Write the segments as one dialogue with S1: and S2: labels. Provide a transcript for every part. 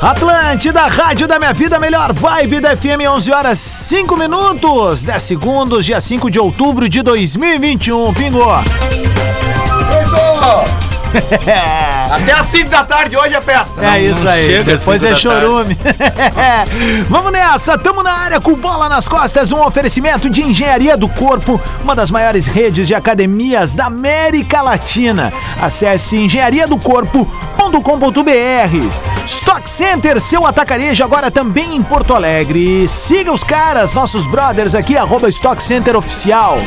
S1: Atlântida, Rádio da Minha Vida, melhor vibe da FM, 11 horas 5 minutos, 10 segundos, dia 5 de outubro de 2021. Pingo!
S2: Até às 5 da tarde hoje é festa.
S1: É isso aí.
S3: chega às
S1: Depois
S3: cinco
S1: é
S3: da
S1: chorume. Vamos nessa. Tamo na área com bola nas costas. Um oferecimento de engenharia do corpo, uma das maiores redes de academias da América Latina. Acesse engenhariadocorpo.com.br. Stock Center, seu atacarejo agora também em Porto Alegre. Siga os caras, nossos brothers aqui, arroba Stock Center Oficial.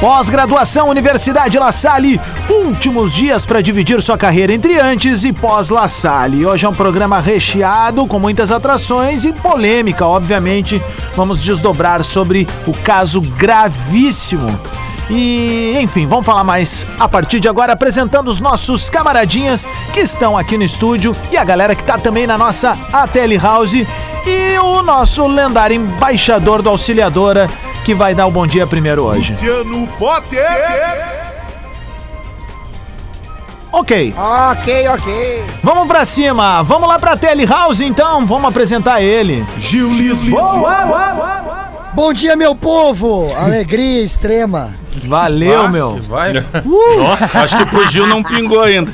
S1: Pós-graduação Universidade La Salle, últimos dias para dividir sua carreira entre antes e pós-La Salle. Hoje é um programa recheado com muitas atrações e polêmica, obviamente. Vamos desdobrar sobre o caso gravíssimo. E, enfim, vamos falar mais a partir de agora, apresentando os nossos camaradinhas que estão aqui no estúdio e a galera que está também na nossa ATL House e o nosso lendário embaixador do Auxiliadora, que vai dar o bom dia primeiro hoje.
S4: Luciano Potter.
S1: Ok,
S5: Ok, ok.
S1: vamos pra cima. Vamos lá pra Tele House então, vamos apresentar ele.
S4: Gil Lisboa.
S5: Bom dia, meu povo! Alegria extrema.
S1: Valeu, meu. Uh!
S2: Vai.
S3: Nossa, acho que pro Gil não pingou ainda.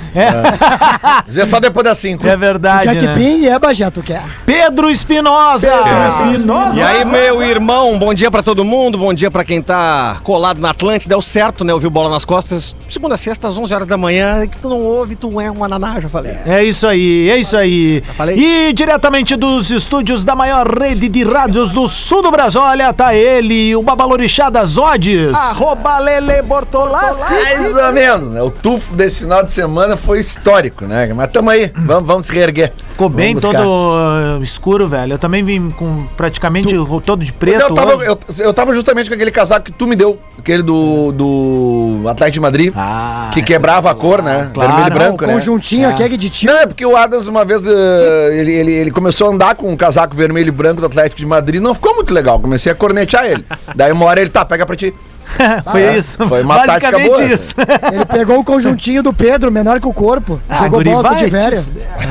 S2: Mas é só depois das 5.
S1: É verdade,
S5: Quer que
S1: né?
S5: pingue? É, Bajé, tu quer?
S1: Pedro Espinosa. Ah,
S2: E aí, meu irmão, bom dia pra todo mundo, bom dia pra quem tá colado na Atlântida. É o certo, né? Ouviu bola nas costas. Segunda, a sexta, às 11 horas da manhã. E que tu não ouve, tu é um ananá, já falei.
S1: É isso aí, é isso aí.
S2: falei.
S1: E diretamente dos estúdios da maior rede de rádios do sul do Brasil, olha, tá ele, o babalorixá das Odes.
S6: Arroba Lele Bortolassi.
S7: Mais ou menos, né? O tufo desse final de semana foi histórico, né? Mas tamo aí, vamos, vamos se reerguer.
S1: Ficou bem
S7: Vamos buscar.
S1: todo uh, escuro, velho. Eu também vim com praticamente ro- todo de
S7: Pois é,
S1: preto.
S7: Eu tava,
S1: hoje.
S7: eu, eu tava justamente com aquele casaco que tu me deu, aquele do, do Atlético de Madrid,
S1: Ah,
S7: que quebrava a cor, né?
S1: claro.
S7: Vermelho e branco,
S5: O
S7: né?
S5: conjuntinho aqui é de tio.
S7: Não, é porque o Adams uma vez eh, ele, ele, ele começou a andar com um casaco vermelho e branco do Atlético de Madrid, não ficou muito legal, comecei a cornetear ele. Daí uma hora ele, tá, pega pra ti.
S1: foi
S7: é.
S1: isso.
S7: Foi uma tática
S1: Basicamente
S7: boa, né?
S1: isso.
S5: Ah, Ele pegou o conjuntinho do Pedro, menor que o corpo.
S1: Ah,
S5: jogou
S1: guri,
S5: bola com o
S1: vai
S5: de
S1: te
S5: velho.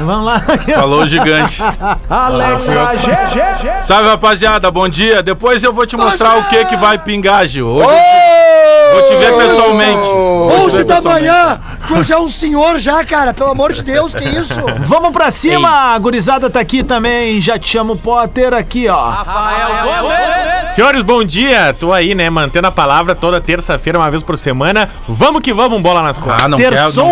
S1: Vamos lá.
S3: Falou o gigante.
S1: Alex Bagé.
S3: Salve, rapaziada, bom dia. Depois eu vou te mostrar o que que vai pingar, Gil. Hoje
S7: Vou
S3: te ver pessoalmente.
S5: Onze
S3: Hoje
S5: da
S3: vai
S5: manhã, que hoje é um senhor já, cara. Pelo amor de Deus, que isso?
S1: Vamos pra cima, a gurizada tá aqui também. Já te chamo Potter aqui, ó.
S8: Senhores, bom dia. Tô aí, né, mantendo a palavra toda terça-feira, uma vez por semana. Vamos que vamos, bola nas costas.
S3: Ah, não
S1: Terçou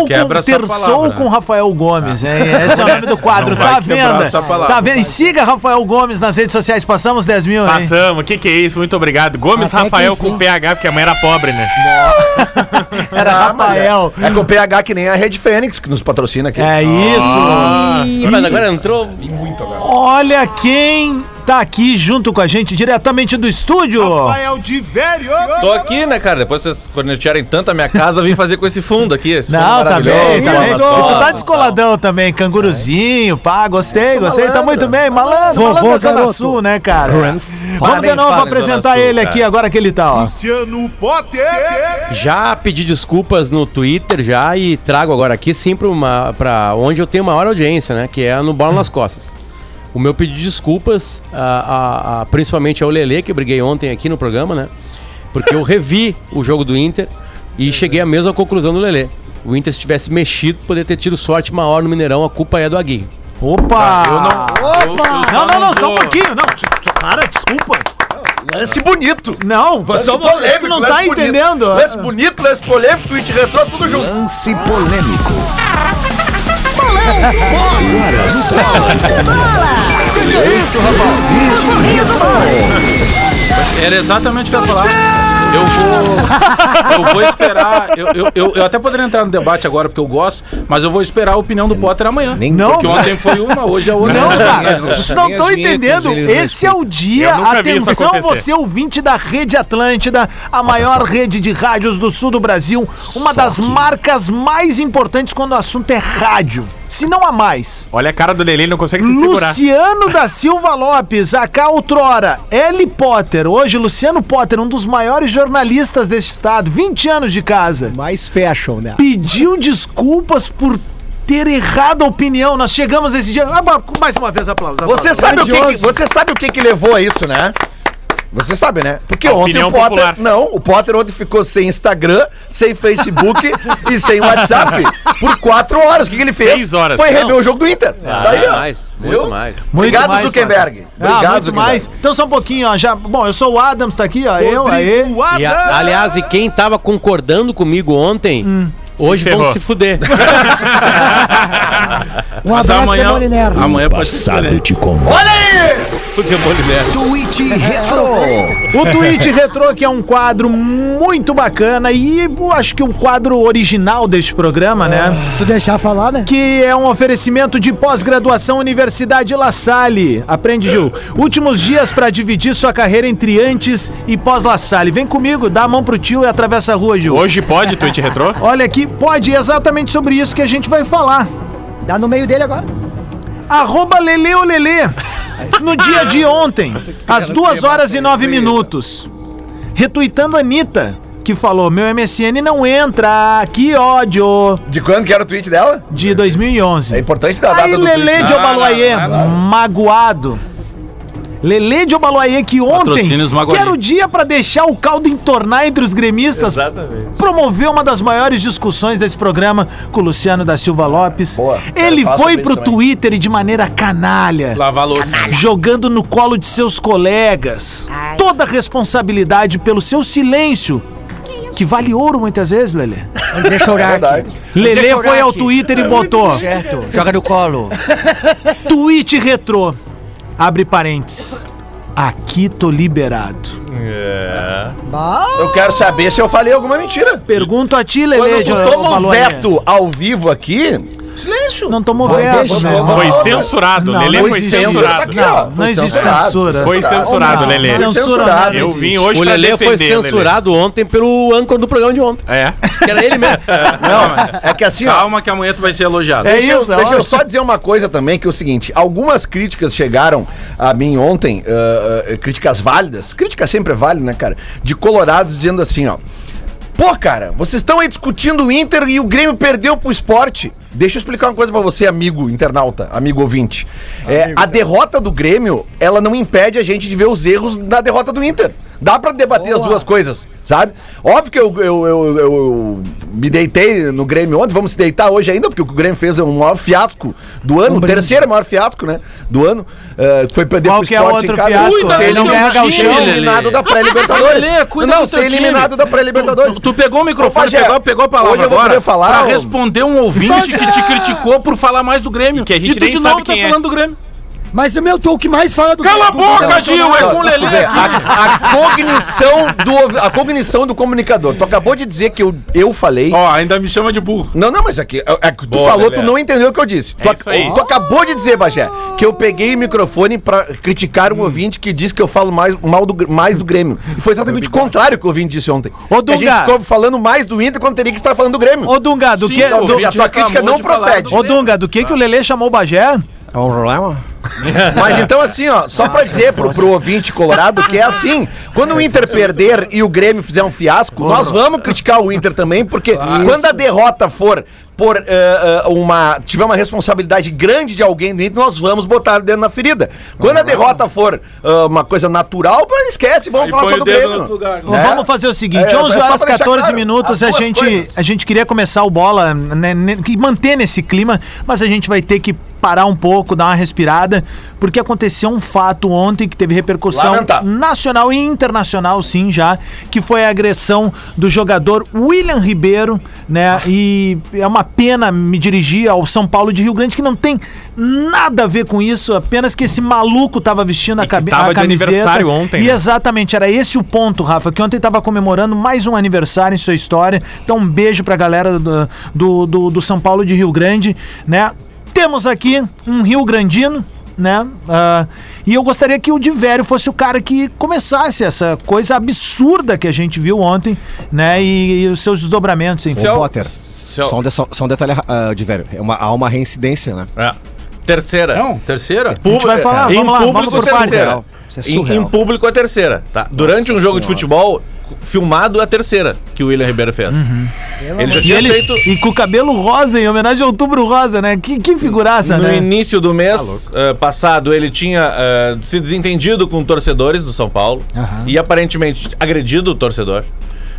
S3: quebra, não quebra
S1: com,
S3: essa
S1: terçou
S3: palavra.
S1: com Rafael Gomes, hein? Esse é o nome do
S3: Não
S1: quadro. Tá à
S3: vai quebrar
S1: venda.
S3: essa palavra.
S1: Tá à venda. E siga Rafael Gomes nas redes sociais. Passamos 10 mil, hein?
S8: Passamos, o que, que é isso? Muito obrigado. Gomes
S5: Até que
S8: Rafael
S5: enfim.
S8: com PH, porque a mãe era pobre, né?
S1: Era Rafael.
S7: É com o PH que nem a Rede Fênix que nos patrocina aqui. Ah.
S1: É isso.
S8: Ah,
S2: Mas agora entrou.
S1: Olha quem tá aqui junto com a gente, diretamente do estúdio.
S4: Rafael de velho.
S6: Tô aqui, né, cara? Depois vocês cornetearem tanto a minha casa, eu vim fazer com esse fundo aqui. Esse fundo
S1: Não,
S9: é
S1: tá bem,
S6: maravilhoso,
S1: tá
S6: bola
S1: bem. E
S6: nas
S1: tu tá
S6: costas,
S1: descoladão também, canguruzinho, pá, gostei, gostei, tá muito bem, malandro,
S5: Vovô,
S1: malandro da Zona
S5: garoto.
S1: Sul, né, cara? Vamos
S6: Falem,
S1: de novo
S6: falem,
S1: apresentar
S6: Zona Sul,
S1: ele aqui,
S6: cara.
S1: agora que ele tá, ó.
S4: Luciano Potter.
S6: tal. Já pedi desculpas no Twitter já e trago agora aqui sim pra, uma, pra onde eu tenho maior audiência, né? Que é no Bola nas Costas. O meu pedido de desculpas, a- a- a- principalmente ao Lele, que eu briguei ontem aqui no programa, né? Porque eu revi o jogo do Inter e cheguei à mesma conclusão do Lele. O Inter, se tivesse mexido, poderia ter tido sorte maior no Mineirão, a culpa é do Aguirre.
S7: Ah,
S6: Ah,
S1: Opa!
S3: Opa!
S1: Não, não, não, só um pouquinho, não, cara, desculpa.
S7: Lance bonito.
S1: Não,
S7: Lance
S1: tu
S7: polêmico,
S1: não
S7: lance
S1: tá
S7: bonito.
S1: entendendo.
S7: Lance bonito, lance polêmico, tweet retrô, tudo junto.
S9: Lance polêmico.
S3: Era exatamente o que eu ia falar. Eu vou, eu vou esperar. Eu, eu, eu, eu até poderia entrar no debate agora porque eu gosto, mas eu vou esperar a opinião do Potter amanhã.
S1: Não,
S3: Porque ontem foi uma, hoje é outra.
S1: Não,
S3: Não,
S1: cara,
S3: não.
S1: vocês não estão entendendo. Esse é o dia.
S8: Eu nunca vi isso
S1: Atenção,
S8: acontecer.
S1: você ouvinte da Rede Atlântida, a maior rede de rádios do sul do Brasil, uma das marcas mais importantes quando o assunto é rádio. Se não a mais.
S8: Olha a cara do Lele, ele não consegue se segurar.
S1: Luciano da Silva Lopes, AK outrora, L. Potter, hoje Luciano Potter, um dos maiores jornalistas deste estado, 20 anos de casa
S2: Mais fashion, né?
S1: pediu desculpas por ter errado a opinião. Nós chegamos nesse dia. Ah, ba- Mais uma vez, aplausos. aplausos.
S7: Você sabe, o que que, você sabe o que que levou a isso, né? Você sabe, né? Porque
S8: A
S7: ontem
S8: opinião
S7: o Potter.
S8: popular.
S7: Não, o Potter ontem ficou sem Instagram, sem Facebook e sem WhatsApp por quatro horas. O que, que ele fez?
S8: Seis horas.
S7: Foi
S8: Não.
S7: rever o jogo do Inter. tá aí, ó.
S6: mais,
S7: Viu?
S6: Ah, muito mais.
S7: Obrigado,
S1: É. mais,
S7: Zuckerberg.
S1: cara. Ah,
S7: Obrigado,
S1: muito mais. Então só um pouquinho, ó. Já... Bom, eu sou o Adams, tá aqui, ó. Eu, aí.
S4: Rodrigo Adams.
S6: E a- aliás, e quem tava concordando comigo ontem,
S9: Hum.
S6: hoje
S8: Se
S6: vão
S8: ferrou.
S6: se fuder.
S5: Um abraço,
S3: amanhã-
S5: Demolinero.
S3: Amanhã pode ser né? diferente.
S7: Olha aí!
S9: É,
S1: O Tweet Retrô, que é um quadro muito bacana e eu acho que um quadro original deste programa, né?
S5: É, Se tu deixar falar, né?
S1: Que é um oferecimento de pós-graduação Universidade La Salle. Aprende, Gil. Últimos dias para dividir sua carreira entre antes e pós-La Salle. Vem comigo, dá a mão pro tio e atravessa a rua, Gil.
S8: Hoje pode, Twitch Retro?
S1: Olha aqui, pode, é exatamente sobre isso que a gente vai falar.
S5: Dá no meio dele agora.
S1: Arroba Leleolele. No dia de ontem, às 2 horas e 9 minutos. Retuitando a Anitta, que falou: Meu MSN não entra, que ódio.
S7: De quando que era o tweet dela?
S1: De
S7: É
S1: 2011.
S7: importante dar a data
S1: Aí,
S7: do tweet. Ah,
S1: Lele de
S3: Não, não,
S1: Obaloaiê,
S3: não,
S1: magoado. Lele de Obaloaiê, que ontem,
S3: Patrocínios
S1: que
S3: Maguari.
S1: era o dia pra deixar o caldo entornar entre os gremistas,
S8: Exatamente.
S1: promoveu uma das maiores discussões desse programa com o Luciano da Silva Lopes.
S7: Boa, quero
S1: Ele
S7: falar
S1: foi
S7: sobre
S1: pro
S7: isso também.
S1: Twitter e de maneira canalha
S3: Lavar a louça.
S1: jogando no colo de seus colegas. Toda a responsabilidade pelo seu silêncio, que vale ouro muitas vezes, Lelê.
S5: Deixa eu orar
S7: É Verdade.
S1: Lelê foi ao Twitter e botou
S5: Certo.
S2: Joga no colo.
S1: tweet retrô. Abre parênteses. Aqui tô liberado.
S5: Bah,
S7: É. Eu quero saber se eu falei alguma mentira.
S1: Pergunto a ti, Lelê.
S7: Quando tu
S1: Joel
S7: toma um
S1: Baloia.
S7: veto ao vivo aqui, silêncio.
S1: Não tomou
S7: Vou-
S1: veto,
S7: vou-
S1: né?
S7: vou-
S8: Foi
S7: Não,
S8: censurado,
S1: não,
S8: Lelê
S1: não
S8: foi
S1: existe.
S8: censurado.
S7: Aqui, ó,
S1: Não,
S7: foi
S1: não existe
S7: censurado.
S1: censura.
S8: Foi censurado,
S1: Não,
S8: Lelê.
S1: Censura
S7: Censurado.
S1: nada
S8: Eu
S1: existe.
S8: vim hoje
S6: o
S8: pra
S6: Lelê foi
S8: defender, Lelê.
S6: censurado ontem pelo âncora do programa de ontem.
S8: É.
S6: Que era ele mesmo.
S7: É que assim, ó,
S3: Calma que amanhã tu vai ser elogiado.
S1: É
S7: Ah, deixa, eu-
S1: isso, é
S7: deixa eu
S1: ótimo.
S7: só dizer uma coisa também, que é o seguinte: algumas críticas chegaram a mim ontem, ah, ah, críticas válidas, crítica sempre é válida, né, cara? De colorados dizendo assim, ó. Pô, cara, vocês estão aí discutindo o Inter e o Grêmio perdeu pro esporte. Deixa eu explicar uma coisa pra você, amigo internauta, amigo ouvinte. É, a derrota do Grêmio, ela não impede a gente de ver os erros da derrota do Inter. Dá pra debater as duas coisas, sabe? Óbvio que eu, eu, eu- eu me deitei no Grêmio ontem, vamos se deitar hoje ainda, porque o que o Grêmio fez é o maior fiasco do
S1: Um
S7: ano, o terceiro maior fiasco, né? Do ano. eh, que foi perder
S1: Qual que é o outro fiasco?
S7: Ui, não,
S1: Ele
S7: ele
S1: não
S7: não
S1: ganha
S7: ser
S1: gauchão.
S7: eliminado da pré-Libertadores.
S3: Lelê, cuida
S7: não,
S3: do teu
S7: ser
S3: time.
S7: eliminado da pré-Libertadores.
S3: Tu, tu pegou o microfone,
S7: Ô, Bagé,
S3: pegou, pegou a palavra
S7: hoje eu vou
S3: agora
S7: poder falar,
S3: pra
S7: ô-
S3: responder um ouvinte
S1: é.
S3: que te criticou por falar mais do Grêmio.
S8: E que a gente
S3: tu
S8: nem
S3: de
S8: sabe
S3: novo tá
S8: quem é.
S3: falando do Grêmio.
S5: Mas o meu tu, é o que mais fala do
S3: Cala a
S5: do-
S3: boca,
S5: do-
S3: Gil, é com o Lelê.
S7: Tu vê, a, a cognição do, ouvi- a cognição do comunicador. Tu acabou de dizer que eu, eu falei.
S3: Ó, ainda me chama de burro.
S7: Não, não, mas aqui. É, é que tu
S3: Boa,
S7: falou,
S3: Lelé.
S7: tu não entendeu o que eu disse.
S1: É
S7: tu, ac-
S8: isso aí.
S7: tu acabou de dizer, Bagé, que eu peguei o microfone pra criticar
S1: Hum.
S7: um ouvinte que disse que eu falo mais, mal do, Gr- mais do Grêmio. E foi exatamente o contrário que o ouvinte disse ontem.
S1: É Ô,
S7: Que a gente
S1: Dunga.
S7: ficou falando mais do Inter quando teria que estar falando do Grêmio.
S1: Ô, Dunga, do
S3: Sim,
S1: que...
S3: o
S1: Do...
S7: a
S3: ouvinte
S7: tua crítica
S3: reclamou
S7: não
S3: de falar do
S7: procede.
S1: Ô, Dunga, do que que o Lelê chamou o Bagé?
S2: É um problema?
S7: Mas então, assim, ó, só pra dizer pro, pro ouvinte colorado que é assim: quando o Inter perder e o Grêmio fizer um fiasco, nós vamos criticar o Inter também, porque quando a derrota for por eh, eh, uma tiver uma responsabilidade grande de alguém do Inter, nós vamos botar o dedo na ferida. Quando a derrota for ah, uma coisa natural, pô, esquece, vamos
S3: Aí
S7: falar
S3: põe
S7: só
S3: o
S7: do
S3: dedo
S7: Grêmio.
S3: no outro lugar, né?
S1: Bom, Vamos fazer o seguinte,
S7: É, é
S1: 11
S7: só
S1: horas
S7: pra deixar
S1: 14
S7: claro,
S1: minutos,
S7: as
S1: a
S7: duas
S1: gente,
S7: coisas.
S1: a gente queria começar o bola, né, né, que manter nesse clima, mas a gente vai ter que parar um pouco, dar uma respirada, porque aconteceu um fato ontem que teve repercussão
S7: Lamentável.
S1: nacional e internacional, sim, já, que foi a agressão do jogador William Ribeiro, né? E é uma pena me dirigir ao São Paulo de Rio Grande, que não tem nada a ver com isso, apenas que esse maluco tava vestindo a,
S8: que
S1: cabe-
S8: tava
S1: a
S8: de
S1: camiseta.
S8: aniversário ontem,
S1: E
S8: né?
S1: Exatamente, era esse o ponto, Rafa, que ontem estava comemorando mais um aniversário em sua história. Então, um beijo pra galera do, do, do- do São Paulo de Rio Grande, né? Temos aqui um Rio Grandino, né? Ah, e eu gostaria que o Divério fosse o cara que começasse essa coisa absurda que a gente viu ontem, né? E, e os seus desdobramentos, enfim.
S2: Ô, Potter, só um, de- só- só um detalhe ah, de velho. É uma, há uma reincidência, né?
S9: Terceira.
S3: Não, terceira?
S1: A gente vai falar,
S9: Em
S1: vamos lá, vamos
S9: público,
S1: por partes.
S9: terceira.
S2: Isso é
S9: Em,
S2: surreal.
S9: em público é terceira, tá? Durante um jogo de
S2: Senhora.
S9: futebol, filmado é a terceira que o William Ribeiro fez. Ele já
S1: Uhum. E,
S9: tinha
S1: ele,
S9: feito
S1: e com o cabelo rosa, em homenagem a Outubro Rosa, né? Que, que figuraça,
S9: no
S1: né?
S9: início do mês eh, passado. Ele tinha eh, se desentendido com torcedores do São Paulo e aparentemente agredido o torcedor.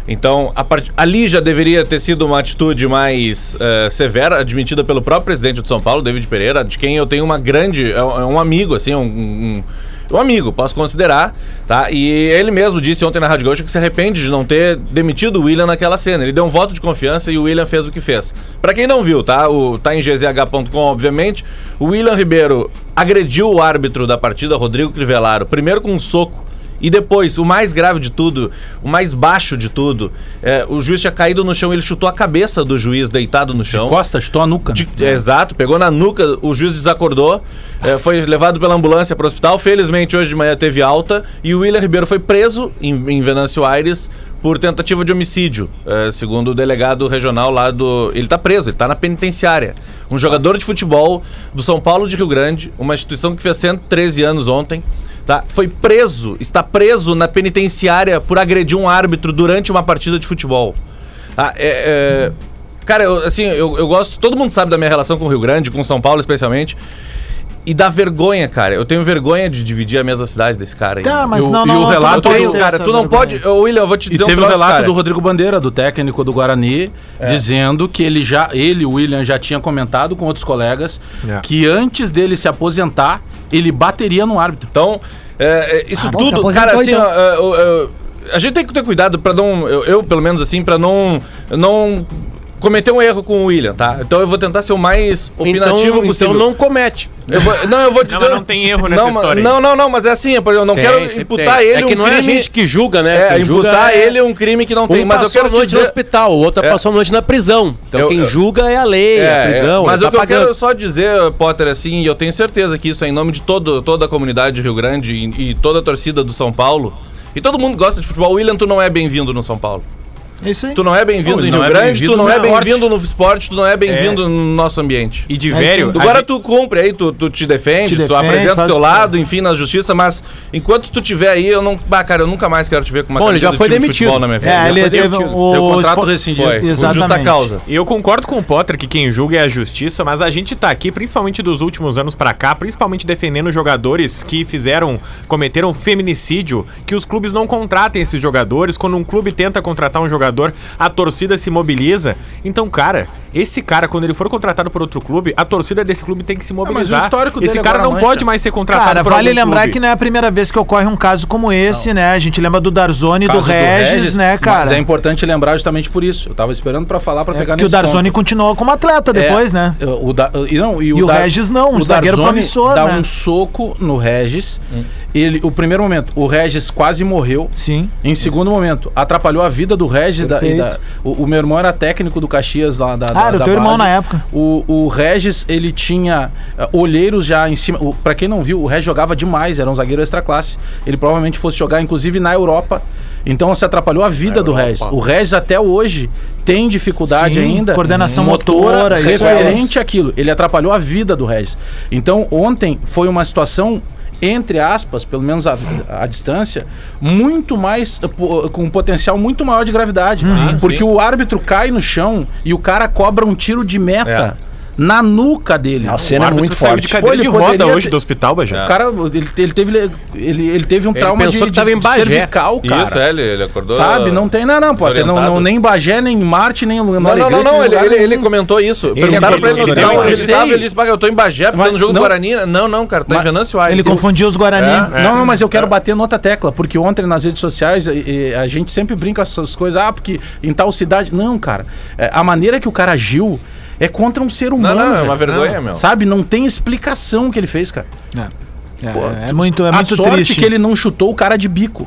S9: Então, a part- ali já deveria ter sido uma atitude mais eh, severa, admitida pelo próprio presidente do São Paulo, David Pereira, de quem eu tenho uma grande. É um é um amigo, assim, um- um, um amigo, posso considerar, tá? E ele mesmo disse ontem na Rádio Gaúcha que se arrepende de não ter demitido o William naquela cena. Ele deu um voto de confiança e o William fez o que fez. Pra quem não viu, tá? O, tá em gzh.com, obviamente. O William Ribeiro agrediu o árbitro da partida, Rodrigo Crivellaro, primeiro com um soco. E depois, o mais grave de tudo, o mais baixo de tudo, é, o juiz tinha caído no chão, ele chutou a cabeça do juiz deitado no chão.
S3: Costa, estou a nuca.
S9: De- é, Exato, pegou na nuca, o juiz desacordou, eh, foi levado pela ambulância para o hospital. Felizmente, hoje de manhã teve alta e o William Ribeiro foi preso em, em Venâncio Aires por tentativa de homicídio, eh, segundo o delegado regional lá do. Ele tá preso, ele tá na penitenciária. Um jogador de futebol do São Paulo de Rio Grande, uma instituição que fez 113 anos ontem. Tá? Foi preso, está preso na penitenciária por agredir um árbitro durante uma partida de futebol. Ah, é, é- Cara, eu, assim, eu, eu gosto. Todo mundo sabe da minha relação com o Rio Grande, com São Paulo especialmente. E dá vergonha, cara. Eu tenho vergonha de dividir a mesma cidade desse cara aí.
S1: Tá, mas
S3: E o-
S1: não,
S3: e o
S1: não, não, tu não
S3: relato
S1: pode
S3: do-
S1: ter
S9: Cara,
S1: essa
S9: tu não
S1: vergonha.
S9: pode. Ô, William, eu vou te
S3: E
S9: dizer um
S3: teve o relato
S9: cara.
S3: do Rodrigo Bandeira, do técnico do Guarani,
S1: É.
S3: dizendo que ele já, ele, o William, já tinha comentado com outros colegas
S1: É.
S3: que antes dele se aposentar, ele bateria no árbitro.
S9: Então, é, é, isso
S5: Ah, bom, se
S9: tudo,
S5: aposentou,
S9: cara, assim,
S5: então.
S9: ó, é, ó, é, a gente tem que ter cuidado pra não, eu, eu, pelo menos assim, pra não, não cometer um erro com o William, tá? Então eu vou tentar ser o mais
S6: Então,
S9: opinativo possível.
S6: então não comete.
S9: Eu vou- não, eu vou dizer.
S8: mas não tem erro nessa
S9: não, mas-
S8: história aí.
S9: Não, não, não, mas é assim, eu eu não
S6: Tem,
S9: quero
S6: sempre
S9: imputar
S6: tem.
S9: ele
S6: É que
S9: um
S6: não é a
S9: crime.
S6: gente que julga, né?
S9: É,
S6: Quem julga
S9: imputar
S6: é-
S9: ele um crime que não tem,
S6: um
S9: mas eu
S6: passou
S9: quero
S6: a
S9: te
S6: noite no
S9: dizer...
S6: hospital, o outro
S9: É.
S6: passou a noite na prisão. Então
S9: Eu-
S6: quem
S9: eu-
S6: julga é a lei,
S9: É,
S6: a prisão.
S9: é, mas
S6: ele tá
S9: o que eu
S6: pagando.
S9: quero só dizer, Potter, assim, e eu tenho certeza que isso é em nome de todo, toda a comunidade de Rio Grande e, e toda a torcida do São Paulo. E todo mundo gosta de futebol. William, tu não é bem-vindo no São Paulo.
S1: É isso aí.
S9: Tu não é
S8: Não,
S9: bem-vindo
S8: ele
S9: em
S8: não
S9: Rio
S8: é
S9: Grande,
S8: bem-vindo
S9: tu não é
S8: na morte.
S9: bem-vindo no esporte, tu não é bem-vindo no nosso ambiente.
S8: E de
S3: É
S8: velho. a
S9: Agora
S8: gente-
S9: tu cumpre aí, tu, tu te
S1: Te
S9: defende, tu
S1: defende,
S9: apresenta o
S1: faz
S9: teu
S1: o que
S9: lado, enfim, na justiça, mas enquanto tu tiver aí, eu não. Ah, cara, eu nunca mais quero te ver com uma
S6: Bom, ele
S9: camisa
S6: já
S9: do
S6: foi
S9: time de
S6: demitido.
S9: futebol na minha vida.
S1: É,
S9: Já
S1: ele
S9: foi
S1: teve
S9: demitido.
S1: o-
S8: um-
S9: Teu contrato
S1: espo-
S9: rescindido. Foi, por justa
S1: Exatamente.
S9: causa.
S8: E eu concordo com o Potter que quem julga é a justiça, mas a gente tá aqui, principalmente dos últimos anos pra cá, principalmente defendendo jogadores que fizeram, cometeram feminicídio, que os clubes não contratem esses jogadores. Quando um clube tenta contratar um jogador, a torcida se mobiliza. Então, cara, esse cara, quando ele for contratado por outro clube, a torcida desse clube tem
S1: Ah,
S8: que se
S3: mas o
S8: mobilizar.
S3: histórico
S8: esse
S3: dele
S8: cara
S3: agora
S8: não
S3: mancha.
S8: pode mais ser contratado
S1: é Cara, vale
S8: algum
S1: lembrar
S8: clube.
S1: que não é a primeira vez que ocorre um caso como esse, né? A gente lembra do Darzoni, do
S3: Caso
S1: Regis, né,
S3: Mas
S1: cara?
S3: é importante lembrar justamente por isso. Eu tava esperando pra falar, pra
S1: É,
S3: pegar
S1: que o Darzoni
S3: ponto.
S1: continuou como atleta depois,
S3: É,
S1: né?
S3: O da, e, não,
S1: E o Regis não, um zagueiro
S3: Darzone
S1: promissor,
S3: Dá
S1: né?
S3: um soco no Regis. Ele, o primeiro momento, o Regis quase morreu.
S1: Sim.
S3: Em segundo momento, atrapalhou a vida do Regis. Da, e da-
S1: Perfeito.
S3: o, o meu irmão era técnico do Caxias lá da.
S1: Ah, era o teu irmão na época.
S3: O, o Regis, ele tinha ah, olheiros já em cima. o- Pra quem não viu, o Regis jogava demais, era um zagueiro extra classe. Ele provavelmente fosse jogar, inclusive, na Europa. Então se atrapalhou a vida do Regis. O Regis até hoje tem dificuldade
S1: Sim,
S3: ainda.
S1: coordenação motora, isso é.
S3: referente àquilo. Ele atrapalhou a vida do Regis. Então ontem foi uma situação entre aspas, pelo menos à à distância, muito mais eh, po- com um potencial muito maior de gravidade,
S7: Uhum.
S3: porque o árbitro cai no chão e o cara cobra um tiro de meta na nuca dele.
S7: A
S8: É. O
S7: cena é
S8: árbitro
S7: muito
S8: saiu
S7: forte.
S8: de cadeira
S3: Pô, ele
S8: de roda
S3: poderia
S8: hoje
S3: ter-
S8: do hospital, Bajé.
S3: O cara, ele, ele teve, ele, ele teve um trauma
S6: pensou que tava em Bagé.
S3: cervical, cara.
S9: Isso, é, ele, ele acordou.
S3: Sabe? Não tem, não, não, pô. Não,
S9: Desorientado.
S3: não, nem em Bagé, nem em Marte, nem em Não,
S9: Não, não, não, não, ele, ele, ele comentou isso. Perguntaram
S8: ele-
S9: pra ele no
S8: ele
S9: hospital
S8: deu
S9: onde
S8: uma-
S9: ele estava,
S3: sei.
S9: ele disse, "Bah, eu tô em Bagé, porque
S3: Mas
S9: tá no jogo do
S3: não-
S9: Guarani. Não, não, cara, tá em
S3: Mas-
S9: Venâncio Aires. É,
S1: Ele confundiu os Guarani.
S3: Não, não, mas eu quero bater noutra tecla, porque ontem nas redes sociais e- e a gente sempre brinca essas coisas, ah, porque em tal cidade. Não, cara. É, A maneira que o cara agiu é contra um ser humano.
S9: não, é uma
S3: velho.
S9: vergonha, meu.
S3: Sabe? Não tem explicação o que ele fez, cara.
S1: É, é muito, é
S3: a
S1: muito
S3: sorte
S1: triste.
S3: que ele não chutou o cara de bico.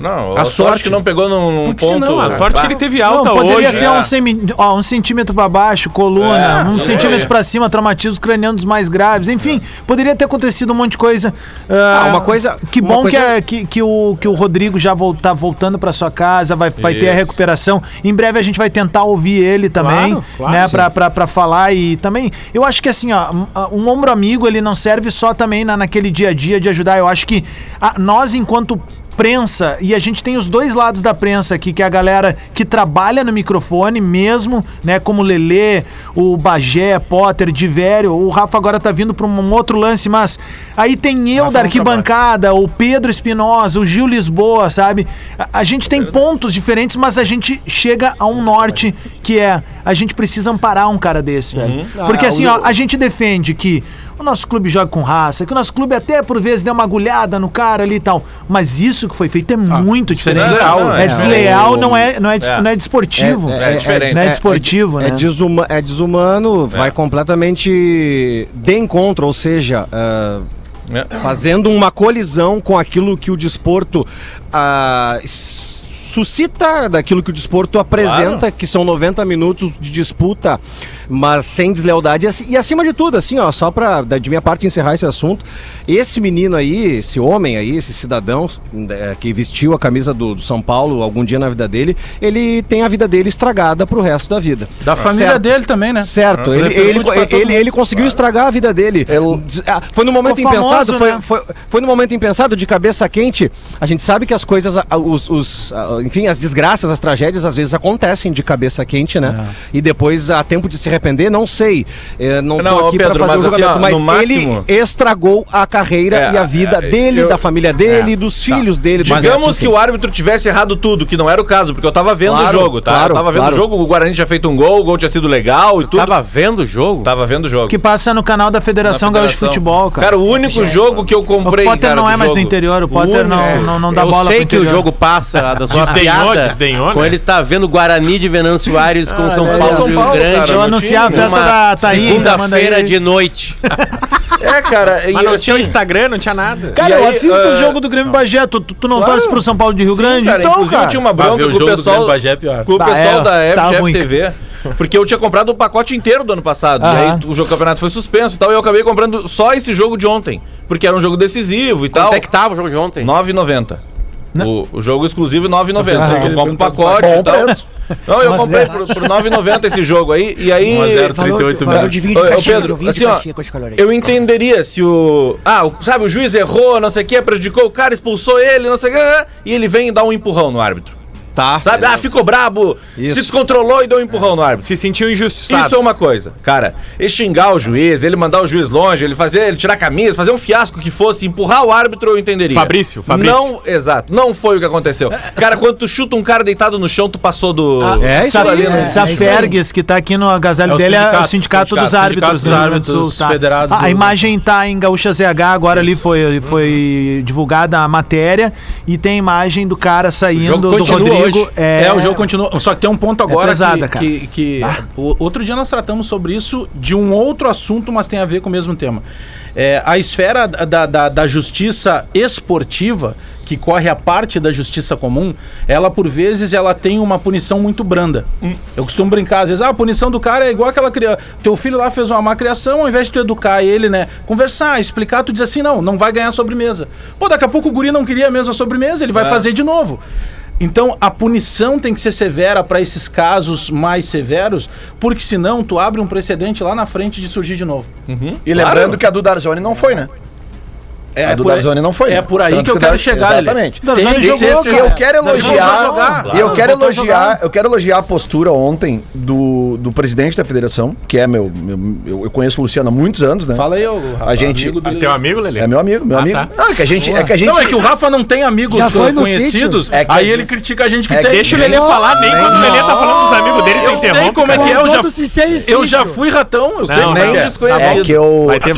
S9: Não,
S3: A
S9: a sorte
S3: sorte.
S9: que não pegou num, num
S3: Porque
S9: um ponto.
S3: senão,
S8: Não, a sorte é
S9: Bah.
S8: que ele teve
S1: Não,
S8: alta
S1: poderia
S8: hoje. né?
S1: ser um, semi- ó, um centímetro pra baixo, coluna, um
S9: não
S1: centímetro
S9: sei.
S1: pra cima, traumatismo craniano dos mais graves, enfim, poderia ter acontecido um monte de coisa. Ah,
S2: uma coisa-
S1: Que
S2: uma
S1: bom
S2: coisa-
S1: que, é- que, que o, que o Rodrigo já vol, tá voltando pra sua casa, vai, vai ter a recuperação. Em breve a gente vai tentar ouvir ele também,
S8: Claro, claro,
S1: né,
S8: sim.
S1: pra, pra, pra falar e também, eu acho que assim, ó, um- a- um ombro amigo ele não serve só também na, naquele dia a dia de ajudar, eu acho que a- nós enquanto prensa, e a gente tem os dois lados da prensa aqui, que é a galera que trabalha no microfone mesmo, né? Como o Lelê, o Bagé, Potter, Divério, o Rafa agora tá vindo pra um outro lance, mas aí tem eu da arquibancada, o Pedro Espinosa, o Gil Lisboa, sabe? A, a gente tem pontos diferentes, mas a gente chega a um norte que é a gente precisa amparar um cara desse,
S9: Uhum.
S1: velho.
S9: Ah,
S1: Porque assim, ó, a gente defende que o nosso clube joga com raça, que o nosso clube até por vezes deu uma agulhada no cara ali e tal. Mas isso que foi feito é muito diferente.
S9: Ah, desleal,
S1: é,
S9: né?
S1: desleal, não é, não é, des-
S9: É.
S1: não é desportivo.
S9: É diferente.
S1: Não é desportivo,
S2: é,
S1: né?
S2: desuma- é desumano, vai completamente de encontro, ou seja, ah,
S9: É.
S2: fazendo uma colisão com aquilo que o desporto ah, s- suscita, daquilo que o desporto apresenta, que são 90 minutos de disputa, mas sem deslealdade. E ac- E acima de tudo, assim, ó, só pra da- de minha parte encerrar esse assunto, esse menino aí, esse homem aí, esse cidadão eh, que vestiu a camisa do, do São Paulo algum dia na vida dele, ele tem a vida dele estragada pro resto da vida.
S3: Da família
S2: Certo.
S3: dele também, né?
S2: Certo, Ah, ele,
S3: repercute
S2: ele,
S3: pra todo
S2: ele,
S3: mundo.
S2: ele conseguiu estragar a vida dele. Ah, Foi no momento
S1: Ficou famoso,
S2: impensado, foi,
S1: né?
S2: foi, foi no momento impensado, de cabeça quente. A gente sabe que as coisas, ah, os, os, ah, enfim, as desgraças, as tragédias, às vezes acontecem de cabeça quente, né? E depois há tempo de se arrepender, não sei. Eh, não,
S9: Não,
S2: tô aqui
S9: Pedro,
S2: pra fazer
S9: mas
S2: o
S9: assim,
S2: julgamento,
S9: ó,
S2: mas
S9: no
S2: ele
S9: máximo-
S2: estragou a carreira
S9: É,
S2: e a vida
S9: é,
S2: dele,
S9: eu-
S2: da família dele, dos filhos dele.
S1: é
S2: do
S9: Digamos
S1: assim
S2: Betis,
S9: que o árbitro tivesse errado tudo, que não era o caso, porque eu tava vendo
S2: Claro,
S9: o jogo, tá?
S2: claro,
S9: eu tava vendo
S2: claro.
S9: o jogo, o Guarani tinha feito um gol, o gol tinha sido legal e tudo.
S6: Tava vendo o jogo?
S9: Tava vendo o jogo.
S1: Que passa no canal da
S9: Na
S1: Federação Gaúcha de
S9: federação.
S1: Futebol, cara.
S9: o único jogo que eu
S1: o
S9: comprei.
S1: Potter
S9: cara,
S1: não
S9: do
S1: é mais do
S9: jogo.
S1: interior, o Potter
S9: único-
S1: não, não, não dá
S6: eu
S1: bola pro
S6: sei que o
S1: interior.
S6: jogo passa lá da sua
S8: Desdenhou,
S6: piada,
S8: desdenhou,
S6: Com
S8: né?
S6: ele tá vendo Guarani de Venâncio Aires com São
S9: olha aí,
S6: Paulo,
S9: ó.
S6: Rio
S9: São Paulo,
S6: Grande.
S9: cara,
S1: Deixa eu
S9: meu
S1: anunciar a
S9: time,
S1: festa da Thaí.
S6: Segunda-feira de noite.
S9: É, cara. e
S8: Mas não tinha o
S9: assim,
S8: Instagram, não tinha nada.
S1: Cara,
S9: E
S1: eu
S9: aí,
S1: assisto
S9: eh,
S1: o jogo do Grêmio Bagé, tu, tu tu é, não
S9: claro.
S1: torce pro São Paulo de Rio
S9: Sim,
S1: Grande?
S9: cara,
S1: então,
S9: inclusive
S1: cara.
S9: eu tinha uma
S8: ver
S9: bronca
S8: o
S9: com o
S8: jogo do
S9: pessoal,
S8: Grêmio Bagé é pior.
S9: com o
S1: Tá,
S9: pessoal
S1: é, tá
S9: da
S1: ruim.
S9: FGF TV, porque eu tinha comprado o pacote inteiro do ano passado, e aí
S1: Aham.
S9: o jogo do campeonato foi suspenso e tal, e eu acabei comprando só esse jogo de ontem, porque era um jogo decisivo e tal.
S6: Até é que tava o jogo de ontem.
S9: 9,90. O, o jogo exclusivo é 9,90. Eu compro um pacote
S7: Bom
S9: e tal.
S7: preço.
S9: Não, eu
S1: Mas
S9: comprei
S1: é.
S9: por, por 9,90 esse jogo aí. E aí.
S8: 1 a 0, 38
S9: Ô,
S8: minutos.
S9: ô, Pedro, assim, ó, eu entenderia se o. Ah, o- sabe, o juiz errou, não sei o que, prejudicou o cara, expulsou ele, não sei o que. E ele vem e dá um empurrão no árbitro.
S2: Tá.
S9: Sabe? Ah, ficou brabo, se descontrolou e deu um empurrão no árbitro.
S8: É. Se sentiu injustiçado.
S9: Isso é uma coisa, cara. Ele xingar o juiz, ele mandar o juiz longe, ele fazer, ele tirar a camisa, fazer um fiasco que fosse, empurrar o árbitro, eu entenderia.
S8: Fabrício, Fabrício.
S9: Não, exato. Não foi o que aconteceu. Cara, quando tu chuta um cara deitado no chão, tu passou do.
S2: é isso
S1: Sa-
S2: aí,
S1: é,
S2: né?
S1: Safergues, que tá aqui no agasalho
S3: É o
S1: dele, é o
S3: sindicato,
S1: sindicato, dos
S3: sindicato, sindicato
S1: árbitros.
S3: dos
S1: do Rio Grande do
S3: árbitros
S1: tá.
S3: federados
S1: a, a
S3: do-
S1: imagem tá em Gaúcha ZH, agora ali foi, foi divulgada a matéria e tem a imagem do cara saindo, do
S3: continua
S1: um Rodrigo.
S3: hoje. É... o jogo continua. Só que tem um ponto agora
S1: É pesada,
S3: que,
S1: cara. Ah.
S3: que, que- o- outro dia nós tratamos sobre isso de um outro assunto, mas tem a ver com o mesmo tema. É, a esfera da, da, da justiça esportiva, que corre a parte da justiça comum, ela por vezes ela tem uma punição muito branda. Eu costumo brincar, às vezes, ah, a punição do cara é igual aquela criança. Teu filho lá fez uma má criação, ao invés de tu educar ele, né? Conversar, explicar, tu diz assim, não, não vai ganhar sobremesa. Pô, daqui a pouco o guri não queria mesmo a sobremesa, ele vai fazer de novo. Então a punição tem que ser severa para esses casos mais severos, porque senão tu abre um precedente lá na frente de surgir de novo.
S10: Uhum.
S7: E lembrando que a do Darzoni não foi, né?
S3: É
S7: a do
S3: por aí-
S7: Darzoni não foi.
S3: É
S7: né?
S3: por aí
S7: Tanto
S3: que eu quero
S7: Dar-
S3: chegar, Lelê.
S7: Exatamente.
S3: Tem
S1: Darzoni
S3: que
S7: E
S3: ser-
S1: jogou,
S7: esse- eu quero
S3: Darzoni
S7: elogiar,
S3: vai jogar,
S7: e eu
S3: claro.
S7: quero
S3: Voltou a jogar.
S7: elogiar, eu quero elogiar a postura ontem do, do presidente da federação, que é meu, meu- eu, eu conheço o Luciano há mutos anos, né?
S3: Fala aí, ô, Rafa,
S7: A gente-
S3: amigo do
S8: Ah,
S3: Lelê.
S8: Teu amigo, Lelê?
S7: É meu amigo, meu amigo.
S8: tá.
S7: Não, é que a gente, é que a gente
S3: Não, é que o Rafa não tem amigos
S5: Já
S3: eh,
S5: foi no
S3: conhecidos,
S5: sítio?
S7: É que
S3: aí
S7: a
S3: ele critica a gente que
S7: é que
S3: tem.
S8: Deixa o Lelê falar, nem quando o Lelê tá falando dos amigos dele, tu
S3: Eu sei
S8: interrompe.
S3: como é
S8: cara.
S3: que é, eu já,
S5: Todo sincero e
S3: eu já
S5: sítio.
S3: fui ratão, eu sei
S8: Não,
S3: como
S8: nem
S3: é que
S8: isso.
S3: é.
S7: é que eu
S8: Vai ter...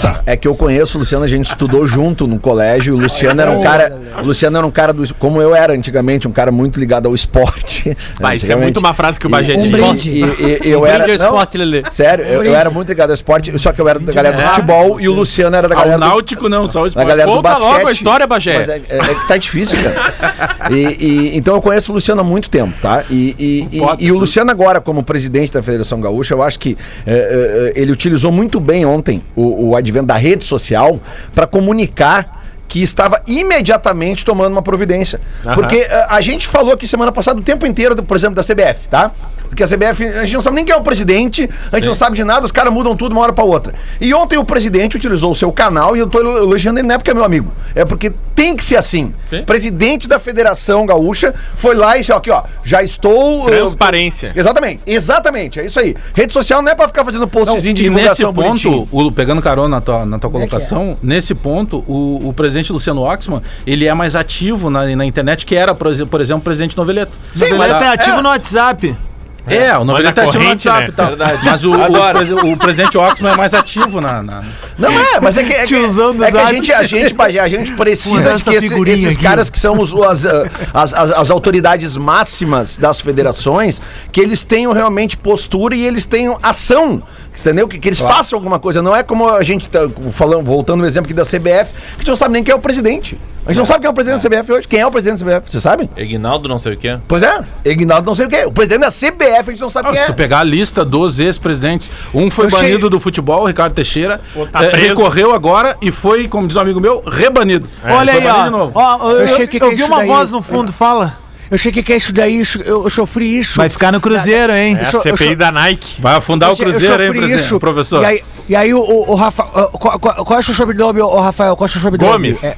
S8: Tá.
S7: É que eu conheço o Luciano, a gente estudou junto no colégio. e O Luciano era um cara. O Luciano era um cara do. Como eu era antigamente, um cara muito ligado ao esporte.
S8: Vai, isso é muito uma frase que o Bagé
S5: Um
S8: diz. Um
S5: brinde.
S7: E, e- e eu era.
S6: Brinde ao
S7: não,
S6: esporte, Lelê.
S7: sério, eu, eu era muito ligado ao esporte, só que eu era
S8: Um
S7: da galera do futebol e o Luciano era da
S3: Ao
S7: galera do
S3: Náutico não, só o
S7: na
S3: esporte.
S7: galera do
S8: Conta
S7: basquete.
S8: logo a história, Bagé.
S7: Mas é, é- é que tá difícil, cara. E- e- então eu conheço o Luciano há muito tempo, tá? E, e- e- e o Luciano agora, como presidente da Federação Gaúcha, eu acho que é, é, é, ele utilizou muito bem ontem o, o advento da rede social para comunicar que estava imediatamente tomando uma providência. Porque é, a gente falou aqui semana passada o tempo inteiro, do- por exemplo, da CBF, tá? Porque a CBF, a gente não sabe nem quem é o presidente, a gente não sabe de nada, os caras mudam tudo de uma hora pra outra. E ontem o presidente utilizou o seu canal, e eu tô elogiando ele não é porque é meu amigo, é porque tem que ser assim. Presidente da Federação Gaúcha foi lá e disse, ó, aqui, ó, já estou...
S8: Transparência.
S7: eh, Exatamente, exatamente, é isso aí. Rede social não é pra ficar fazendo postzinho de
S3: e nesse
S7: divulgação bonitinho.
S3: ponto, o- pegando carona na tua, na tua
S5: Como é que
S3: colocação, nesse ponto, o, o presidente Luciano Oxman, ele é mais ativo na, na internet, que era, por exe- por exemplo, o presidente Noveleto.
S1: Sim, mas
S3: Tá?
S1: tá ativo no WhatsApp.
S3: É, o Noveleto é
S8: Manda
S3: ativo no
S8: corrente,
S3: WhatsApp
S8: né?
S3: e tal. Mas o, o, presi- o presidente Oxman é mais ativo na... na-
S7: Não é, mas é que, é que,
S1: Tiozão do
S7: é que a,
S1: Zap.
S7: gente, a, gente, Bagé, a gente
S1: Pô,
S7: precisa de
S1: essa
S7: que esse-
S1: figurinha
S7: esses
S1: aqui.
S7: caras que são os- as, ah, as, as- as autoridades máximas das federações, que eles tenham realmente postura e eles tenham ação. Entendeu? Que, que eles façam alguma coisa. Não é como a gente tá falando, voltando no exemplo aqui da CBF, que a gente não sabe nem quem é o presidente. A gente não sabe quem é o presidente da CBF hoje. Quem é o presidente da CBF? Vocês sabem?
S9: Ignaldo não sei o quê.
S7: Pois é, Ignaldo não sei o que é. O presidente da CBF a gente não sabe
S3: Ah,
S7: quem
S3: Se tu
S7: é.
S3: pegar a lista dos ex-presidentes, um foi
S7: Eu achei-
S3: banido do futebol, Ricardo Teixeira,
S8: tá
S3: eh,
S8: preso.
S3: recorreu agora e foi, como diz um amigo meu, rebanido.
S7: É,
S1: Olha
S3: É, Foi
S1: aí,
S3: banido de
S1: ó.
S3: novo.
S1: Ó, eu,
S11: Eu achei que
S1: eu
S11: que é
S1: vi
S11: isso
S1: uma
S11: daí.
S1: voz no fundo, fala.
S11: Eu sei o que que é isso daí, isso- eu, eu sofri isso.
S1: Vai ficar no Cruzeiro, hein?
S8: É a
S11: Eu sou- eu
S8: CPI
S11: sou-
S8: da Nike.
S3: Vai afundar o
S11: Eu- eu
S3: Cruzeiro, hein,
S11: sofri
S3: presidente-
S11: isso.
S3: professor?
S11: E aí, e aí o, o, o Rafa, ah, qual, qual- qual é o seu sobrenome, ô, ô, Rafael? Qual é o seu sobrenome?
S8: Gomes.
S11: É,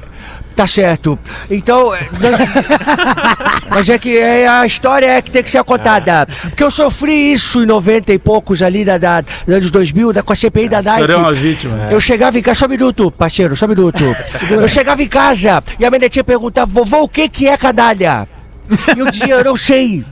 S11: tá certo. Então. é, não- mas é que é, a história é que tem que ser contada. Porque eu sofri isso em 90 e poucos ali, da, da, dos anos 2000, da, com a CPI da
S7: tá
S11: Nike.
S3: senhor é uma vítima.
S11: Eu chegava em casa, só um minuto, parceiro, só um minuto. eu chegava em casa e a minha netinha perguntava, vovô, o que que é cadalha? E eu dizia, eu não sei.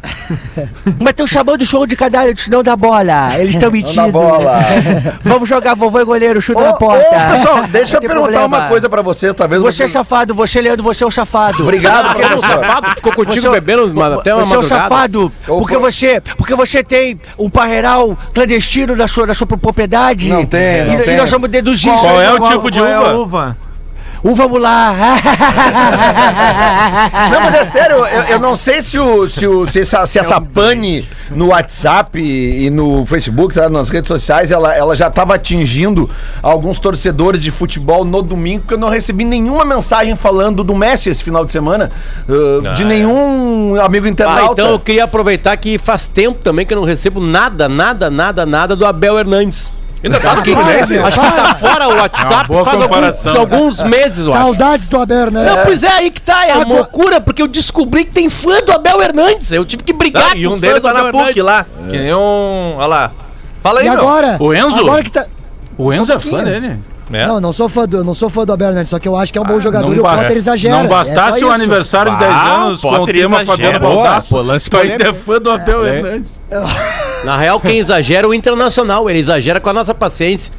S11: Mas estão chamando o show de cadalho, eu disse, não dá bola. Eles estão mentindo.
S7: Na bola.
S11: Vamos jogar vovô e goleiro, chuta
S7: Ô,
S11: na
S7: ô,
S11: porta.
S7: pessoal, deixa
S11: Não
S7: eu
S11: tem
S7: perguntar
S11: problema.
S7: uma coisa pra vocês, talvez.
S11: Você é
S7: vocês-
S11: safado, você, Leandro, você é um safado.
S7: Obrigado,
S6: Porque é um
S7: professor.
S6: safado que ficou contigo
S11: Você é um-
S6: bebendo ma- até uma
S11: você é um
S6: madrugada.
S11: safado,
S7: Ô,
S11: porque
S7: pro-
S11: você, porque você tem um parreiral clandestino na sua, na sua propriedade.
S7: Não tem, não
S11: e,
S7: tem.
S11: E nós vamos deduzir isso
S9: Qual
S11: aí
S9: é
S11: do
S9: o tipo de
S1: Qual é a
S9: uva?
S1: uva?
S11: Um vamos lá.
S7: Não, mas é sério, eu, eu não sei se, o, se, o, se essa,
S6: É
S7: se
S6: um
S7: essa pane no WhatsApp e, e no Facebook, tá, nas redes sociais, ela, ela já estava atingindo alguns torcedores de futebol no domingo, porque eu não recebi nenhuma mensagem falando do Messi esse final de semana, uh, de nenhum amigo
S6: é. Ah,
S7: internauta.
S6: então eu queria aproveitar que faz tempo também que eu não recebo nada, nada, nada, nada do Abel Hernandes. Ainda tá no Fluminense? Acho que tá fora o WhatsApp
S9: boa
S3: né?
S6: faz alguns,
S5: né?
S9: comparação.
S6: alguns meses, eu acho.
S5: Saudades do Abel, né?
S6: Não, pois é, aí que tá, é uma
S5: Agora-
S6: loucura, porque eu descobri que tem fã do Abel Hernandes. Eu tive que brigar
S9: Ah, e
S6: com
S9: um
S6: os
S9: deles
S6: fãs do
S9: tá na
S6: Abel
S9: PUC
S6: Hernandes.
S9: lá.
S7: É.
S9: Que nem um. Olha lá. Fala aí,
S5: E
S9: meu.
S5: agora?
S3: O Enzo?
S5: Agora que tá...
S3: O Enzo é fã dele.
S9: É.
S5: Não, não sou fã do, não sou fã do Abel Hernandes, só que eu acho que é um bom jogador e o
S3: basta-
S5: Potter exagera.
S3: não bastasse
S5: é só
S3: o
S5: isso.
S3: aniversário de
S8: Ah,
S3: 10 anos com o
S8: Potter
S3: tema
S8: exagera.
S3: Fabiano
S8: Boa,
S3: Baldasso.
S8: pô, lance
S3: Tu ainda é fã do Abel Hernandes.
S6: Na real, quem exagera é o internacional, ele exagera com a nossa paciência.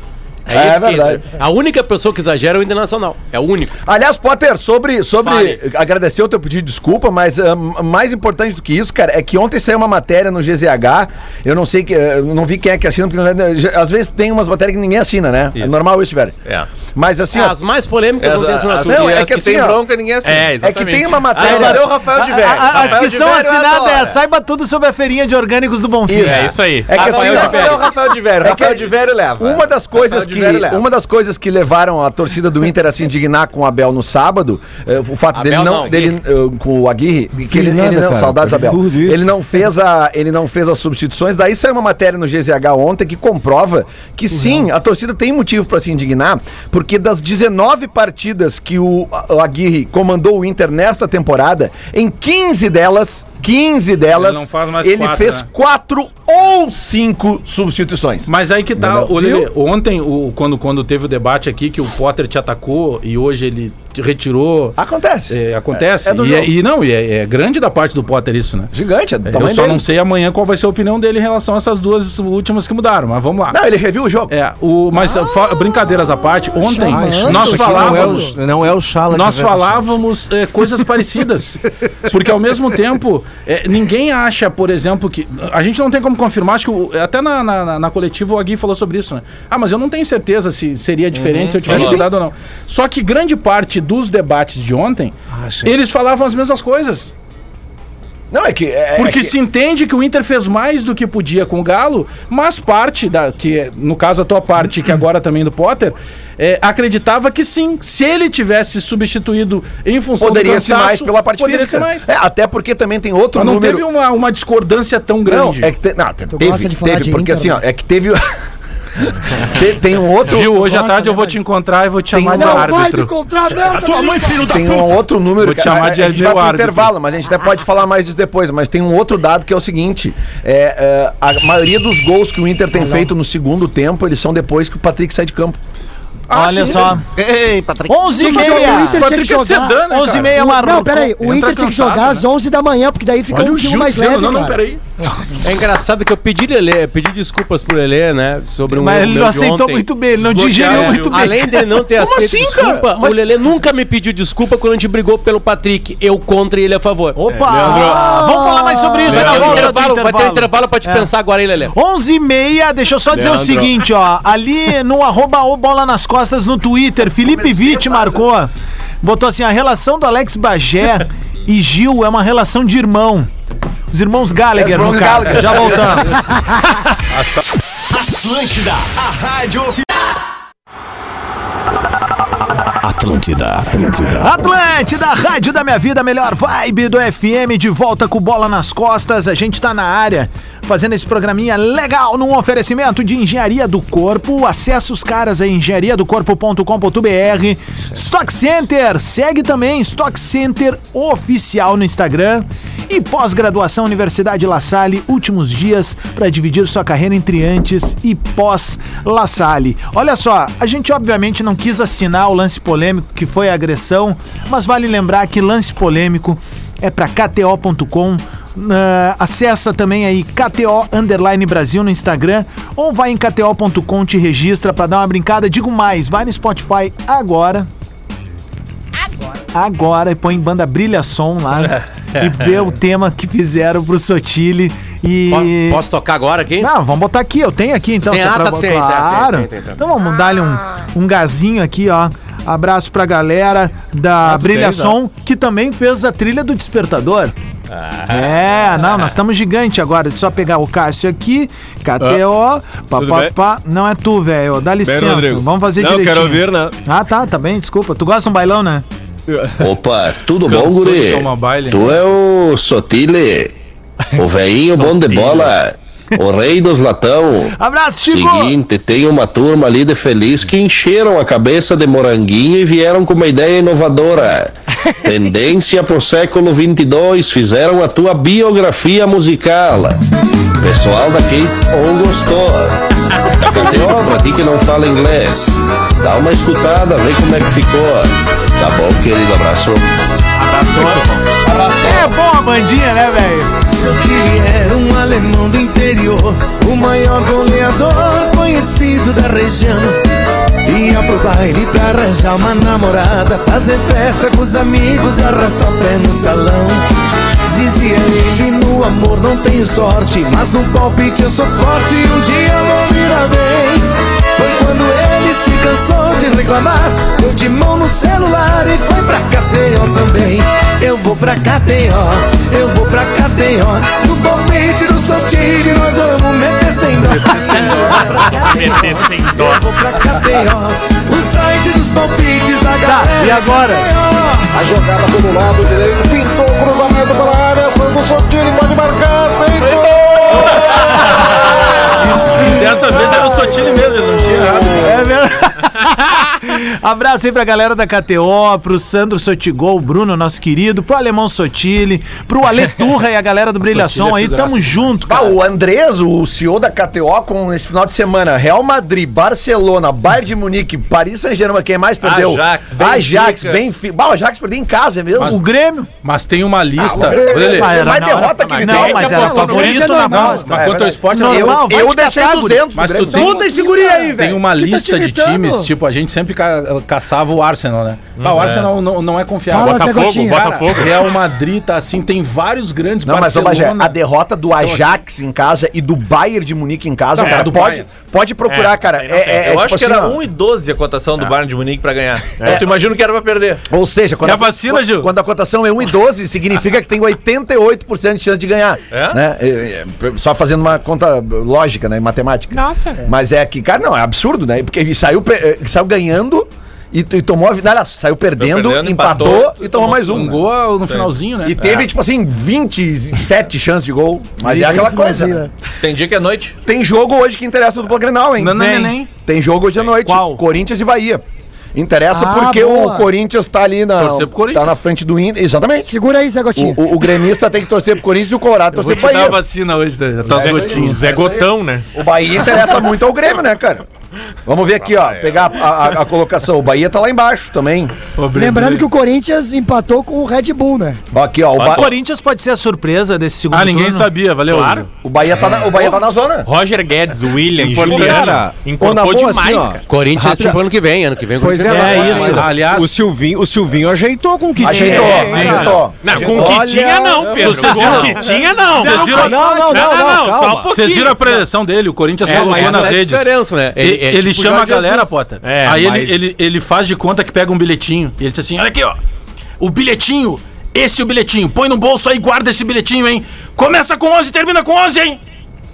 S6: É,
S7: É
S6: isso que-
S7: verdade.
S6: a única pessoa que exagera é o internacional. É o único.
S7: Aliás, Potter, sobre, sobre
S6: Fale.
S7: agradecer o teu pedido de desculpa, mas ah, m- mais importante do que isso, cara, é que ontem saiu uma matéria no GZH. Eu não sei que, eh, eu não vi quem é que assina, porque na verdade, já- às vezes tem umas matérias que ninguém assina, né? É normal isso, velho.
S9: É.
S7: Mas assim, ó,
S6: As mais polêmicas não tem assinatura.
S7: não, é
S9: é
S7: que
S9: que,
S7: assim,
S9: tem
S7: ó.
S9: bronca, ninguém assina.
S8: É,
S7: é que tem
S8: exatamente.
S7: uma
S9: Ah,
S7: matéria.
S9: valeu, Rafael de Velho.
S1: A- a- as
S9: Rafael
S1: que
S9: de
S1: são
S9: Velho
S1: assinadas é
S9: adora.
S1: saiba tudo sobre a feirinha de orgânicos do Bonfim.
S7: Isso.
S8: É isso aí.
S7: É que assim,
S9: Rafael
S7: ó,
S9: de Velho, é o Rafael de Velho.
S7: É
S9: Rafael
S7: que-
S9: de Velho leva.
S7: Uma das coisas
S9: Rafael de
S7: que
S9: Velho leva.
S7: uma das coisas que levaram a torcida do Inter a se indignar com o Abel no sábado, eh, o fato
S9: Abel
S7: dele não,
S9: não,
S7: dele eh, com o Aguirre, que ele,
S11: nada,
S7: ele não,
S11: cara.
S7: saudades Abel.
S11: Absurdo isso.
S7: Ele não fez a ele não fez as substituições. Daí saiu uma matéria no GZH ontem que comprova que sim, a torcida tem motivo para se indignar, porque das 19 partidas que o, o Aguirre comandou o Inter nesta temporada, em 15 delas 15 delas, ele,
S3: não faz mais quatro,
S7: fez
S3: né?
S7: quatro ou cinco substituições.
S3: Mas aí que tá,
S7: Entendeu?
S3: o Lelê, ontem, o, quando, quando teve o debate aqui que o Potter te atacou e hoje ele te retirou.
S7: Acontece.
S3: é, acontece.
S7: É, é do
S3: e, é-
S7: jogo.
S3: e não, e é, é grande da parte do Potter isso, né?
S7: Gigante, é do tamanho
S3: Eu só
S7: dele.
S3: não sei amanhã qual vai ser a opinião dele em relação a essas duas últimas que mudaram, mas vamos lá.
S7: Não, ele reviu o jogo.
S3: É, o, mas
S11: Ah!
S3: fa- brincadeiras à parte, ontem
S5: Chamando,
S3: nós
S5: chamando.
S3: falávamos.
S11: Não é o, não é o Sala.
S3: Nós falávamos eh, coisas parecidas. Porque ao mesmo tempo, eh, ninguém acha, por exemplo, que. A gente não tem como confirmar, acho que o- até na, na, na- na coletiva o Agui falou sobre isso, né? Ah, mas eu não tenho certeza se seria diferente
S11: Uhum.
S3: se eu tivesse estudado ou não. Só que
S11: Ah,
S3: grande parte dos debates de ontem, eles falavam as mesmas coisas.
S7: Não, é que. é- é
S3: Porque
S7: que-
S3: se entende que o Inter fez mais do que podia com o Galo, mas parte da. que é, No caso, a tua parte, que agora também do Potter, é, acreditava que sim. Se ele tivesse substituído em função
S7: poderia ser mais
S3: cansaço,
S7: pela parte
S3: poderia
S7: física.
S3: ser mais.
S7: É, até porque também tem outro
S3: mas não
S7: número.
S3: teve uma, uma discordância tão grande.
S7: Não, é que te- não, te-
S5: Tu
S7: teve,
S5: gosta de falar
S7: teve,
S5: de
S7: porque
S5: Inter,
S7: assim, ó,
S5: né?
S7: é que teve. Te- tem um outro.
S3: Gil, hoje à
S5: gosta,
S3: tarde eu
S5: né,
S3: vou
S5: Magno?
S3: te encontrar e vou te
S7: Tem
S3: chamar de
S7: um- Não,
S5: Vai
S3: árbitro.
S5: me encontrar, merda!
S7: Tem um outro número
S3: Vou te
S7: cara,
S3: chamar
S7: a-
S3: de
S7: a gente vai pro
S3: meu árbitro.
S7: intervalo, mas a gente até pode falar mais disso depois. Mas tem um outro dado que é o seguinte: é, é, a maioria dos gols que o Inter tem feito no segundo tempo, eles são depois que o Patrick sai de campo.
S3: Ah,
S1: Olha só.
S2: Ei, Patrick.
S1: 11 e
S3: Mas o
S1: meia.
S5: Inter tinha que
S3: Patrick é
S5: jogar.
S3: sedã, né,
S1: 11 e
S3: cara?
S1: meia, Marrom.
S5: Não, peraí, o
S3: Entra
S5: Inter tinha que
S3: cansado,
S5: jogar
S3: né?
S5: às 11 da manhã, porque daí fica
S3: Olha
S5: um
S3: o
S5: time
S3: Gil
S5: mais
S3: dizendo,
S5: leve,
S3: não, não,
S5: cara.
S3: peraí.
S6: É engraçado que eu pedi, Lelê, pedi desculpas pro Lelê, né? Sobre um
S1: Mas
S6: erro
S1: ele
S6: meu
S1: não
S6: de
S1: aceitou
S6: ontem.
S1: muito bem, ele não
S9: Desbloquear,
S1: digeriu
S9: né,
S1: muito bem.
S6: Além dele não ter aceito
S9: assim, cara?
S6: desculpa, o Lelê nunca me pediu desculpa quando a gente brigou pelo Patrick. Eu contra e ele a favor.
S1: Opa! Vamos falar mais sobre isso na
S6: Vai ter um
S1: volta do
S6: intervalo, vai ter um
S1: intervalo. É.
S6: intervalo pra te pensar agora, hein, Lelê?
S1: 11 e meia, deixa eu só dizer o seguinte, ó. Ali no arroba o bola nas costas no Twitter, Felipe Vitti marcou. Botou assim, a relação do Alex Bagé e Gil é uma relação de irmão. Os irmãos Gallagher, no caso. Já voltamos. Atlântida, Rádio da Minha Vida, a melhor vibe do FM, de volta com bola nas costas. A gente tá na área fazendo esse programinha legal num oferecimento de Engenharia do Corpo. Acesse os caras a engenhariadocorpo.com.br. Stock Center, segue também Stock Center Oficial no Instagram. E pós-graduação Universidade La Salle, últimos dias para dividir sua carreira entre antes e pós-La Salle. Olha só, a gente obviamente não quis assinar o lance polêmico que foi a agressão, mas vale lembrar que lance polêmico é para kto.com. Ah, acessa também aí KTO Underline Brasil no Instagram ou vai em kto.com, te registra para dar uma brincada. Digo mais, vai no Spotify agora agora e põe banda Brilha Som lá
S6: É,
S1: e vê o tema que fizeram pro Sotile e...
S6: Posso tocar agora aqui?
S1: Não, vamos botar aqui, eu tenho aqui então.
S6: Tem,
S1: se é
S6: ah,
S1: pra
S6: tá,
S1: bo-
S6: tem, tá, tem,
S1: claro.
S6: tem, tem, tem.
S1: Então vamos dar-lhe um, um gazinho aqui, ó. Abraço pra galera
S6: Ah,
S1: da Brilha Som, que também fez a trilha do Despertador.
S6: Ah.
S1: É, não, nós estamos gigante agora. Deixa eu só pegar o Cássio aqui,
S6: Ah,
S1: KTO, pá,
S9: tudo
S1: pá,
S9: bem?
S1: pá. Não é tu, velho, dá licença.
S9: Rodrigo.
S1: Vamos fazer
S9: Não,
S1: direitinho.
S9: quero ouvir, né?
S1: Ah, tá, tá bem, desculpa. Tu gosta de um bailão, né?
S12: Opa, tudo bom,
S9: Cansou de
S12: guri?
S9: tomar baile. né?
S12: Tu é o Sotile, o veinho bom de bola, o rei dos latão.
S1: Abraço, Chico!
S12: Seguinte, tem uma turma ali de feliz que encheram a cabeça de moranguinho e vieram com uma ideia inovadora. Tendência pro século 22, fizeram a tua biografia musical. Pessoal da Kate ou gostou. Da KTO, pra ti que não fala inglês. Dá uma escutada, vê como é que ficou. Tá bom, querido, abraço.
S1: É bom a bandinha, né, velho?
S13: Sotile era um alemão do interior, o maior goleador conhecido da região. Ia pro baile pra arranjar uma namorada, fazer festa com os amigos, arrastar o pé no salão. Dizia ele: no amor não tenho sorte, mas no palpite eu sou forte, um dia eu vou virar bem. Foi quando ele se cansou de reclamar, deu de mão no celular e foi pra KTO também. Eu vou pra KTO, eu vou pra KTO, no palpite do Sotile nós vamos meter sem dó. Meter sem dó. Eu vou pra KTO, o site dos palpites
S7: Tá,
S13: da galera.
S1: e agora?
S13: KTO.
S12: A jogada pelo lado direito, pintou o cruzamento pela área, Sandro Sotiri pode marcar, feito!
S9: Dessa vez era o Sotile mesmo, ele não tinha nada.
S10: né?
S1: É verdade. Abraço aí pra galera da KTO, pro Sandro Sotigol, Bruno, nosso querido, pro Alemão Sotile, pro Ale Turra e a galera do Brilhação aí, tamo junto,
S7: Ah,
S1: cara.
S7: o Andrés, o CEO da KTO, com esse final de semana, Real Madrid, Barcelona, Bayern de Munique, Paris Saint-Germain, quem mais perdeu? Ah,
S9: Ajax, Benfica.
S7: Ajax, Benfica. Bah, o Ajax perdeu em casa, é mesmo?
S1: O Grêmio?
S3: Mas tem uma lista.
S7: Ah, o Grêmio-
S3: Lelê,
S7: Mas-
S1: era-
S7: mais
S1: não,
S7: derrota
S1: era-
S7: que ele
S1: Não,
S7: tem,
S1: mas
S7: que é
S1: era
S7: apostar no
S1: favorito
S7: Grêmio.
S1: na
S7: Não,
S1: aposta.
S3: mas quanto ao esporte,
S1: Normal,
S3: eu-
S1: vai
S7: Eu
S1: de
S7: deixei
S1: Catar, guri.
S7: 200
S3: Mas
S7: Grêmio.
S3: tu tem-
S7: Puta esse guri aí,
S3: Tem
S7: velho.
S3: uma
S5: Que tá te
S3: lista de
S5: imitando?
S3: times, tipo, a gente sempre ca- caçava o Arsenal, né? Bah,
S7: Ah,
S1: Hum,
S3: o Arsenal não, não é confiável.
S5: Fala, Zé Botafogo, Gotinha.
S3: Cara,
S5: Botafogo.
S3: Real Madrid tá assim, tem vários grandes
S7: Não, mas é, ô, Bagé, a derrota
S1: Então,
S7: do
S1: assim,
S7: Ajax em casa e do Bayern de Munique em casa,
S9: Não,
S7: cara,
S9: é, do
S7: pode,
S9: Bayern.
S7: pode procurar,
S9: É,
S7: cara.
S9: isso aí não
S7: É-
S9: tem.
S7: é- é
S9: eu acho
S7: tipo
S9: que
S7: assim,
S9: era
S7: ó, É.
S9: 1 e 12 a cotação
S3: É.
S9: do Bayern de Munique pra ganhar. Então tu imagina que era pra perder.
S7: Ou seja, quando
S9: É a vacina,
S7: quando-
S9: Gil?
S7: quando a cotação é 1 e 12, significa que tem 88% de chance de ganhar.
S9: É?
S7: Né? É, é, Só fazendo uma conta lógica, né? Matemática.
S8: Nossa.
S7: Mas é que, cara, não, é absurdo, né? Porque ele saiu, pe- eh, saiu ganhando e, t- e tomou a vida. Aliás, saiu perdendo,
S9: perdendo,
S7: empatou,
S9: empatou,
S7: e tomou mais um.
S3: Um
S7: né?
S3: gol no finalzinho, né?
S7: E teve, tipo assim, 27 chances de gol. Mas é aquela coisa. né?
S9: Tem dia que é noite.
S7: Tem jogo hoje que interessa do Grenal, hein?
S3: Não, não,
S7: Tem.
S3: não, não.
S7: Tem jogo hoje à noite.
S1: Qual?
S7: Corinthians e Bahia. Interessa
S5: Ah,
S7: porque
S5: boa.
S7: o Corinthians tá ali na,
S9: Torcer pro Corinthians.
S7: tá na frente do Inter. Exatamente.
S5: Segura aí, Zé Gotinha.
S7: O, o- o gremista tem que torcer pro Corinthians e o Colorado torcer pro Bahia. é
S9: vacina hoje,
S8: Tá Zé, o Zé Gotão, né?
S7: O Bahia interessa muito ao Grêmio, né, cara? Vamos ver aqui, ó. Pegar a, a- a colocação. O Bahia tá lá embaixo também.
S5: Lembrando que o Corinthians empatou com o Red Bull, né?
S7: Ó, Aqui, ó. O, Ba-
S1: O Corinthians pode ser a surpresa desse segundo
S3: Ah, ninguém
S1: turno.
S3: sabia, valeu.
S8: Claro.
S7: o Bahia, tá na, o Bahia tá na zona.
S8: Roger Guedes, William,
S2: cara,
S8: Juliano.
S7: na
S8: Encorpou
S7: boa,
S8: demais,
S7: assim, ó.
S8: cara.
S6: Corinthians é tipo ano que vem, ano que vem. o
S2: Pois é,
S6: Corinthians-
S2: mas-
S1: isso.
S2: mas-
S3: Aliás-
S2: o Silvinho, o Silvinho ajeitou com o É, que
S7: Ajeitou,
S2: tinha.
S7: ajeitou.
S8: Não, com o que tinha não, Pedro. Com o que tinha não. Vocês viram? Não, não, não, não, só um
S3: Vocês viram a
S8: pouquinho.
S3: preleção dele? O Corinthians
S6: É,
S3: colocou
S6: mas
S3: nas
S6: não é
S3: redes.
S6: diferença, né?
S3: Ele,
S6: É- é
S3: ele
S6: tipo
S3: chama a
S6: Jorge
S3: galera,
S6: Jesus.
S3: Potter.
S8: É,
S3: aí
S8: mas-
S3: ele, ele, ele faz de conta que pega um bilhetinho. E ele diz assim: olha aqui, ó. O bilhetinho, esse é o bilhetinho. Põe no bolso aí, guarda esse bilhetinho, hein? Começa com 11, termina com 11, hein?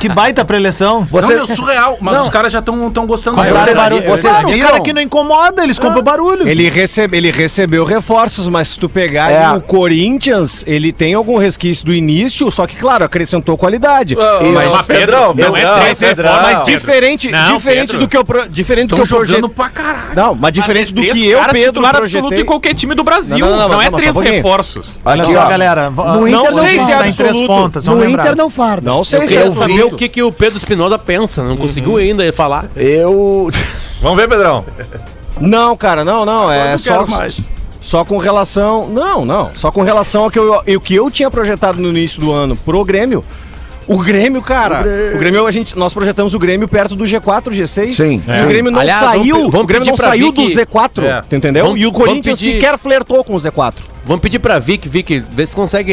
S1: Que baita preleção.
S7: Você-
S3: Não, meu, surreal. Mas os caras já estão tão gostando
S6: é
S7: Vocês-
S3: dele.
S7: vocês
S1: Claro, o
S7: viram? Ah.
S1: cara que não incomoda, eles compram barulho.
S2: Ele, recebe, ele recebeu reforços, mas se tu pegar ali
S7: É.
S2: o Corinthians, ele tem algum resquício do início, só que, claro, acrescentou qualidade.
S9: Mas,
S8: Mas, Pedrão,
S9: Pedrão,
S8: não é
S9: Pedrão,
S8: três
S9: Pedrão.
S8: reformas,
S2: Mas
S8: Pedro.
S2: diferente,
S8: Não,
S2: diferente
S8: Pedro.
S2: do que eu pro- diferente do que
S3: Estão
S2: eu projeto.
S3: jogando pra caralho.
S2: Não, mas
S8: é
S2: diferente do que eu, Pedro,
S8: projetei. em
S2: projetei.
S8: qualquer time do Brasil.
S2: Não,
S8: Não,
S2: não, não, mas
S8: é
S2: calma,
S8: três
S2: só um pouquinho.
S8: reforços.
S1: Olha
S2: Aqui,
S1: só,
S2: ó.
S1: galera. v-
S5: No Inter
S1: não
S5: não
S1: sei se
S5: farda
S1: é
S5: em
S1: em três pontas.
S5: No
S1: vamos
S5: Inter
S1: lembrar.
S5: não farda.
S2: Não sei se
S6: Eu
S2: é
S6: quero
S2: absoluto.
S6: saber o que, que o Pedro Espinosa pensa, não conseguiu ainda falar.
S7: Eu.
S9: Vamos ver, Pedrão.
S2: Não, cara, não, não. É só, só com relação. Não, não. Só com relação ao que eu, o que eu tinha projetado no início do ano pro Grêmio. O Grêmio, cara. O Grêmio, a gente, nós projetamos o Grêmio perto do G4, G6.
S7: Sim.
S2: O Grêmio não
S6: é. Aliás, vamos
S2: saiu.
S6: pe- vamos
S2: o Grêmio
S6: pedir
S2: não
S6: pra
S2: saiu
S6: Vic-
S2: do Z4.
S9: É.
S2: tu entendeu?
S6: Vamos-
S2: e o
S6: vamos
S2: Corinthians
S6: pedir-
S2: sequer flertou com o Z4.
S6: Vamos pedir pra Vic, Vic, vê se consegue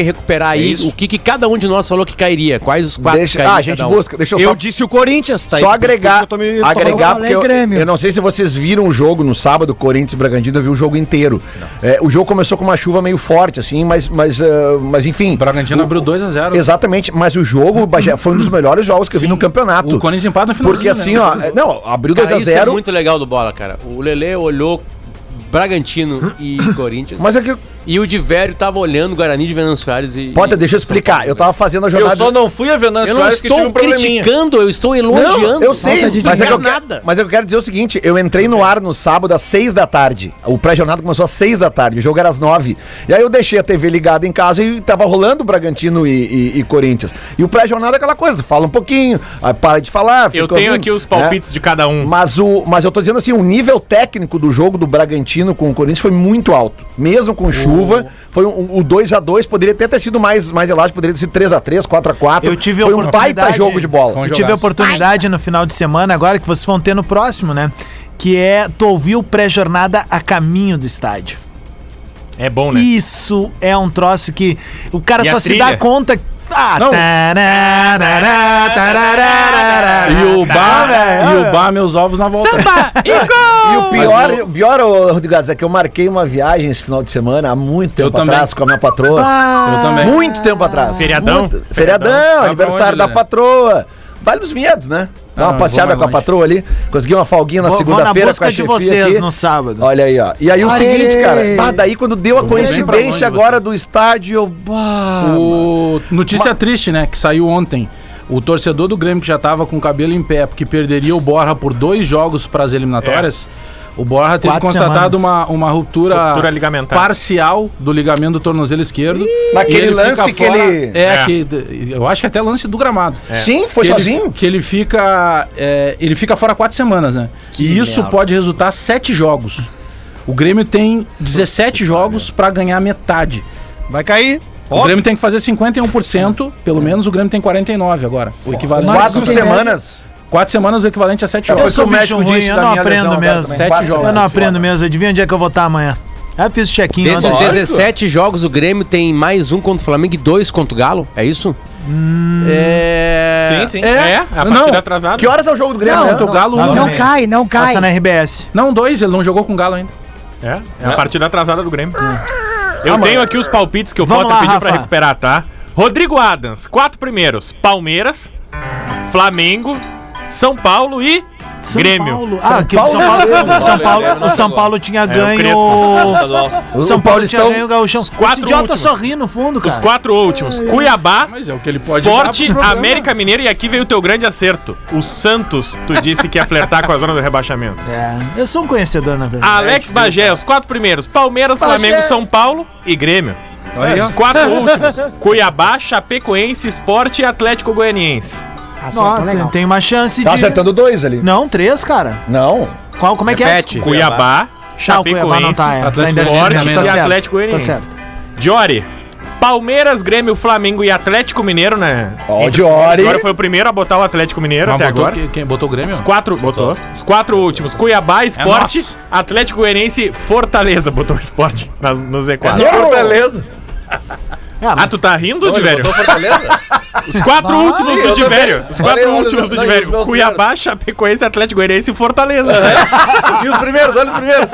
S2: É
S6: recuperar aí o que, que cada um de nós falou que cairia. Quais os quatro
S7: Deixa,
S6: que cairiam
S7: ah, a gente
S6: cada um.
S7: busca. Deixa eu,
S2: Eu
S7: só.
S2: disse o Corinthians, tá aí,
S7: Só
S2: por isso que
S7: agregar,
S2: eu tô me- um
S7: agregar
S5: falando
S7: porque eu,
S5: Grêmio.
S7: eu não sei se vocês viram o jogo no sábado, Corinthians e Bragantino, eu vi o jogo inteiro. É, o jogo começou com uma chuva meio forte, assim, mas, mas, ah, mas enfim.
S3: O Bragantino abriu 2x0.
S7: Exatamente, mas o jogo Bagé, foi um dos melhores jogos que eu vi no campeonato.
S3: O Corinthians empata no final.
S7: Porque assim, ó, é, não, abriu
S6: Cara, isso é
S7: 2x0,
S6: muito legal do Bola, cara. O Lele olhou Bragantino e Corinthians.
S7: mas é que.
S6: E o Divério tava olhando o Guarani de Venâncio Soares e...
S7: Potter,
S6: e-
S7: deixa eu explicar. Eu tava fazendo a
S9: Eu
S7: jornada.
S9: só não fui a Venâncio
S6: Eu não
S9: Soares porque tive
S6: estou
S9: um probleminha.
S6: criticando, eu estou elogiando.
S7: Não, eu sei,
S5: Falta de
S7: mas é, que eu
S6: dinheiro,
S7: quero,
S6: nada.
S7: mas é que eu quero dizer o seguinte: eu entrei no ar no sábado às seis da tarde. O pré-jornada começou às seis da tarde, o jogo era às nove. E aí eu deixei a TV ligada em casa e tava rolando Bragantino e, e- e Corinthians. E o pré-jornada é aquela coisa: fala um pouquinho, aí para de falar.
S8: Eu
S7: fica
S8: tenho
S7: ouvindo,
S8: aqui os
S7: né?
S8: palpites de cada um.
S7: Mas, o, mas eu tô dizendo assim, o nível técnico do jogo do Bragantino com o Corinthians foi muito alto. Mesmo com chuva, foi um- o 2x2, poderia até ter sido mais, mais elástico, poderia ter sido 3x3, 4x4.
S1: Eu tive a
S7: foi um baita
S1: oportunidade-
S7: jogo de bola.
S3: um
S1: Eu tive a oportunidade no final de semana, agora que vocês vão ter no próximo, né? Que é tu ouvir o pré-jornada a caminho do estádio.
S8: É bom, né?
S1: Isso é um troço que o cara
S8: E a
S1: só se
S8: trilha?
S1: dá conta. Ah,
S3: Não.
S1: tarará, tarará, tarará,
S3: E o
S1: tarará,
S3: bar, e o bar, meus ovos na volta.
S1: Ah, Samba! e gol!
S7: E o pior, o pior, ô, Rodrigo Gades, é que eu marquei uma viagem esse final de semana, há muito tempo
S3: também.
S7: atrás, com a minha patroa.
S1: Ah,
S3: Eu também.
S7: Muito tempo atrás.
S8: Feriadão?
S7: Muito- Feriadão,
S3: Feriadão. Tava
S7: aniversário da
S3: onde, né?
S7: patroa. Vale dos Vinhedos, né? Dá
S3: Ah,
S7: uma
S3: não,
S7: passeada
S3: vou mais
S7: com a
S3: longe.
S7: patroa ali. Consegui uma folguinha na
S1: Vou- vou na
S7: segunda-feira com
S1: busca
S7: a
S1: de
S7: chefia
S1: vocês
S7: aqui.
S1: no sábado.
S7: Olha aí, ó. E aí o
S5: Aê!
S7: seguinte, cara. Ah, daí quando deu a
S3: bem pra longe
S7: coincidência agora do estádio, eu... Bah,
S3: O- Notícia triste, né? Que saiu ontem. O torcedor do Grêmio que já tava com o cabelo em pé, porque perderia o Borra por dois jogos para as eliminatórias. O Borra teve
S1: É. Quatro
S3: constatado
S1: semanas.
S3: uma, uma ruptura,
S8: Ruptura ligamentar.
S3: parcial do ligamento do tornozelo esquerdo. E
S7: naquele
S3: ele fica
S7: lance que
S3: fora-
S7: ele-
S3: É,
S8: É.
S3: que- eu acho que até lance do gramado.
S1: É.
S7: Sim, foi
S3: que Ele,
S7: sozinho?
S3: que ele fica. é, ele fica fora quatro semanas, né? e isso pode resultar sete jogos. O Grêmio tem 17 jogos para ganhar metade.
S2: Vai cair.
S3: O Grêmio tem que um fazer 51%, pelo menos o Grêmio tem 49 agora, o equivalente.
S5: Mas-
S7: Quatro
S5: Marcos
S7: semanas.
S3: Quatro semanas é o equivalente a sete
S1: Eu,
S3: jogos.
S1: sou o médico ruim, eu não aprendo mesmo.
S3: Sete jogos.
S1: Eu não aprendo mesmo. Adivinha onde é que eu vou estar amanhã? Eu fiz o check-in
S6: Desses
S1: ontem.
S6: 17 jogos, o Grêmio tem mais um contra o Flamengo e dois contra o Galo? É isso?
S8: É...
S6: Sim,
S8: Sim,
S6: sim.
S8: sim. É, a partida
S3: Não.
S8: atrasada.
S7: Que horas é o jogo do Grêmio?
S3: Não,
S7: né?
S3: contra o Galo,
S1: Não,
S3: um.
S1: não.
S5: Não cai, não cai.
S1: Passa na RBS.
S3: Não, dois, ele não jogou com o Galo ainda.
S8: É, é a partida atrasada do Grêmio. Eu tenho aqui os palpites que o
S1: Ah, Vamos
S8: Potter
S1: lá,
S8: pediu pra
S1: Rafa.
S8: recuperar, tá? Rodrigo Adams, quatro primeiros: Palmeiras, Flamengo, São Paulo e Grêmio.
S1: Paulo. Ah, que o
S7: Paulo-
S1: São Paulo, o São
S9: Não,
S1: Paulo,
S9: não,
S1: o São Paulo tinha ganho.
S8: É, Crespo.
S7: O
S1: o São Paulo tinha
S7: Paulistão-
S1: ganho o Gauchão. Esse
S8: quatro
S1: idiota
S8: últimos.
S1: só ri no fundo,
S8: Os
S1: cara.
S8: quatro últimos: Cuiabá,
S3: Mas é o que ele pode
S8: Esporte,
S3: dar pro programa.
S8: América Mineira e aqui veio o teu grande acerto. O Santos, tu disse que ia flertar com a zona do rebaixamento.
S1: É, eu sou um conhecedor, na verdade.
S8: Alex Bagé, os quatro primeiros: Palmeiras, Flamengo, São Paulo e Grêmio.
S3: Aí,
S8: os
S3: ó.
S8: quatro últimos: Cuiabá, Chapecoense, Esporte e Atlético Goianiense.
S5: Acertou
S1: Nossa,
S5: legal.
S1: tem uma chance
S7: Tá
S1: de.
S7: acertando dois ali.
S1: Não, três, cara.
S7: Não.
S1: Qual, como é que é?
S6: Repete.
S1: Desculpa.
S8: Cuiabá,
S1: Não, o Cuiabá não
S8: Chapecoense,
S1: tá, é. Tá em
S8: Atlético
S1: décimo
S8: Esporte
S1: primeiro,
S8: e
S1: tá certo,
S8: Atlético Goianiense.
S1: tá certo.
S8: Diori, Palmeiras, Grêmio, Flamengo e Atlético Mineiro, né?
S7: Ó, o
S8: Entre-
S7: Diori.
S8: Agora foi o primeiro a botar o Atlético Mineiro
S3: Mas
S8: até
S3: botou
S8: agora.
S3: que- Quem botou o Grêmio?
S8: Os quatro, botou. Os quatro últimos. Cuiabá, Esporte,
S3: nosso.
S8: Atlético Goianiense, Fortaleza. Botou o Esporte nas, no Z4.
S7: é
S13: É
S7: Beleza.
S8: ah, tu tá rindo, Diverio?
S9: Fortaleza?
S8: Os quatro últimos do
S9: eu tô
S8: Diverio.
S9: vendo.
S8: Os quatro
S9: Olha, olha,
S8: últimos do
S9: olha, os
S8: Diverio.
S9: meus
S8: Cuiabá, Chapecoense, Atlético Goianiense e Fortaleza. né?
S9: e os primeiros, olha os primeiros.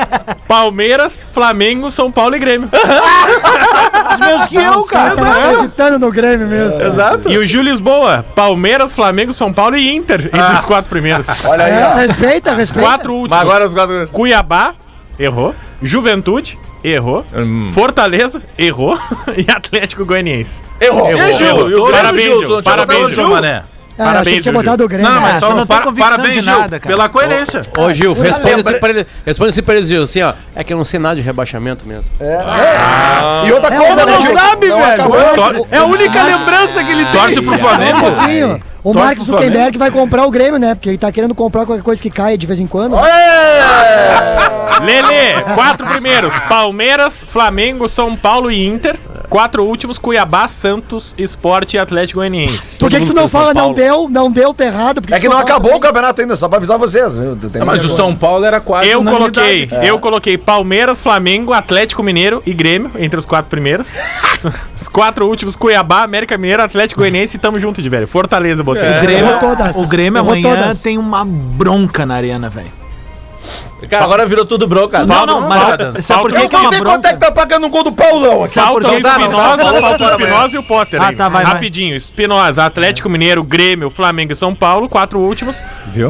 S8: Palmeiras, Flamengo, São Paulo e Grêmio.
S1: Os meus que eu,
S5: Os caras
S1: cara.
S5: estão tá acreditando no Grêmio mesmo. cara.
S9: né? É. Exato.
S8: E o Gil Lisboa, Palmeiras, Flamengo, São Paulo e Inter.
S9: Ah.
S8: Entre os quatro primeiros.
S7: Olha aí, ó.
S5: É, respeita, respeita.
S8: Quatro últimos.
S9: Mas agora os quatro.
S8: Cuiabá, errou. Juventude, errou.
S6: Hum.
S8: Fortaleza, errou. e Atlético Goianiense.
S9: Errou.
S8: Errou. Errou.
S9: E o
S8: Parabéns,
S9: Parabéns,
S8: Gil.
S9: Gil.
S8: Parabéns,
S9: Parabéns,
S8: Gil.
S9: Mané.
S5: É, achei
S8: Parabéns,
S5: que tinha botado o Grêmio.
S9: Não,
S5: Ah,
S9: mas
S1: tu
S9: só
S1: não tem
S9: para-
S1: convicção de
S9: parabéns, Gil,
S1: nada, cara.
S9: pela coerência.
S6: Ô, Gil,
S9: é
S6: responde
S7: lembra-
S6: assim pra ele. Responde assim pra eles, Gil, assim, ó. É que eu não sei nada de rebaixamento mesmo.
S9: É.
S6: Ah.
S7: E outra coisa, né, Gil? Não acabou.
S8: É a única
S10: Ah,
S8: lembrança que ele tem. Torce pro
S5: Só um pouquinho. O
S9: Torce
S5: Mark
S9: pro
S5: Zuckerberg vai comprar o Grêmio, né? Porque ele tá querendo comprar qualquer coisa que caia de vez em quando.
S8: Lele, quatro primeiros: Palmeiras, Flamengo, São Paulo e Inter. Quatro últimos: Cuiabá, Santos, Esporte e Atlético Goianiense.
S5: Por que, que tu não
S6: São
S5: fala não
S6: Paulo.
S5: deu, não deu, tá errado? Por
S7: É que
S5: tu
S7: não
S5: fala-
S7: acabou o campeonato ainda, só pra avisar vocês. viu? Tem
S3: Mas o
S7: vergonha.
S3: São Paulo era quase
S8: Eu
S3: unanimidade.
S8: coloquei,
S2: É.
S8: eu coloquei Palmeiras, Flamengo, Atlético Mineiro e Grêmio entre os quatro primeiros. os quatro últimos: Cuiabá, América Mineiro, Atlético Goianiense e tamo junto, de velho. Fortaleza botei.
S1: O Grêmio,
S5: É. Errou todas.
S1: o Grêmio
S5: Errou
S1: amanhã
S5: todas.
S1: tem uma bronca na arena, velho.
S9: Cara, agora virou tudo broca.
S1: Não,
S2: um
S1: não, mas sabe por que, que é uma
S7: Quanto é
S1: bronca?
S7: que tá pagando um gol do Paulão aqui?
S1: Sabe por
S8: Falta o
S1: que que-
S2: um
S8: Espinosa, falta o Espinosa e o Potter.
S1: Ah,
S8: aí.
S1: tá, vai, vai.
S8: Rapidinho. Espinosa, Atlético Mineiro, Grêmio, Flamengo e São Paulo, quatro últimos.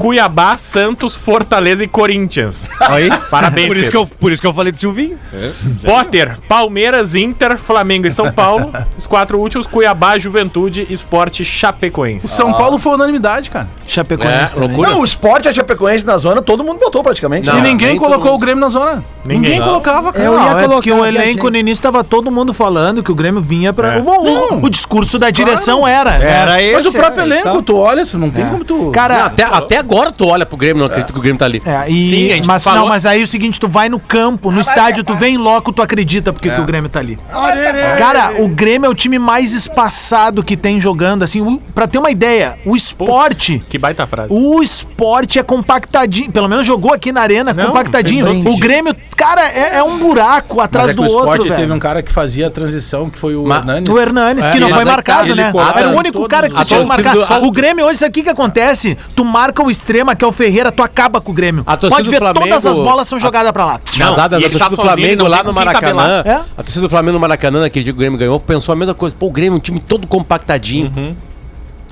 S8: Cuiabá, Santos, Fortaleza e Corinthians.
S2: Aí.
S8: Parabéns,
S2: Por isso, que eu, por isso que eu falei do Silvinho.
S10: É.
S8: Potter, Palmeiras, Inter, Flamengo e São Paulo. Os quatro últimos, Cuiabá, Juventude, Esporte,
S3: O
S8: Chapecoense.
S3: São Paulo foi unanimidade, cara.
S1: Chapecoense.
S6: É,
S1: também.
S6: loucura.
S7: Não, o esporte, a Chapecoense na zona, todo mundo botou praticamente.
S6: Não.
S3: e
S7: né?
S3: ninguém
S6: nem todo
S3: colocou o
S6: mundo.
S3: Grêmio na zona.
S8: Ninguém.
S3: Ninguém,
S8: Não.
S3: colocava, cara.
S5: Eu ia
S1: Não, é
S5: colocar
S1: que o
S5: aqui,
S1: elenco
S5: achei.
S1: no início tava todo mundo falando que o Grêmio vinha pra.
S8: É.
S1: O, o- o discurso da direção era. Era esse.
S3: Mas o próprio
S1: era e
S3: elenco,
S8: então.
S1: tal.
S3: tu olha isso, não tem como
S9: Ah.
S3: tu...
S1: Cara,
S6: Até, até agora tu olha pro Grêmio, não acredito que o Grêmio tá ali.
S1: É, e,
S8: Sim, a gente
S1: mas,
S8: falou-
S1: não, mas aí é o seguinte, tu vai no campo, no estádio, tu vem logo, tu acredita porque
S8: É.
S1: que o Grêmio tá ali. Cara, o Grêmio é o time mais espaçado que tem jogando, assim, o- pra ter uma ideia, o esporte,
S8: Que baita frase.
S1: o esporte é compactadinho, pelo menos jogou aqui na arena,
S8: Não, fez todo
S1: compactadinho. O
S8: sentido.
S1: Grêmio, cara, é, é um buraco
S3: Mas
S1: atrás
S3: é que
S1: do
S3: o
S1: outro,
S3: esporte
S1: velho.
S3: teve um cara que fazia a transição, que foi o
S6: Mas-
S3: Hernanes.
S1: O Hernanes, que
S3: É,
S1: não
S3: ele-
S1: foi marcado,
S3: ele
S1: né?
S3: colava
S1: Era o
S3: em
S1: único
S3: todos
S1: cara
S3: os
S1: que soube
S6: times.
S1: marcar.
S6: A torcida do-
S1: O Grêmio hoje, sabe o que que acontece? Tu marca o extrema, que é o Ferreira, tu acaba com o Grêmio.
S6: A torcida
S1: Pode
S6: do
S1: ver,
S6: Flamengo-
S1: todas as bolas são jogadas pra lá. É,
S6: Não, da, da,
S8: e
S6: da
S8: ele
S6: torcida
S8: tá
S6: do
S8: sozinho,
S6: Flamengo
S8: não
S6: lá
S8: tem
S6: no
S8: com quem
S6: Maracanã.
S1: tabelar.
S6: A torcida do Flamengo no Maracanã, naquele dia que o Grêmio ganhou, pensou a mesma coisa. Pô, o Grêmio é um time todo compactadinho.
S8: Uhum.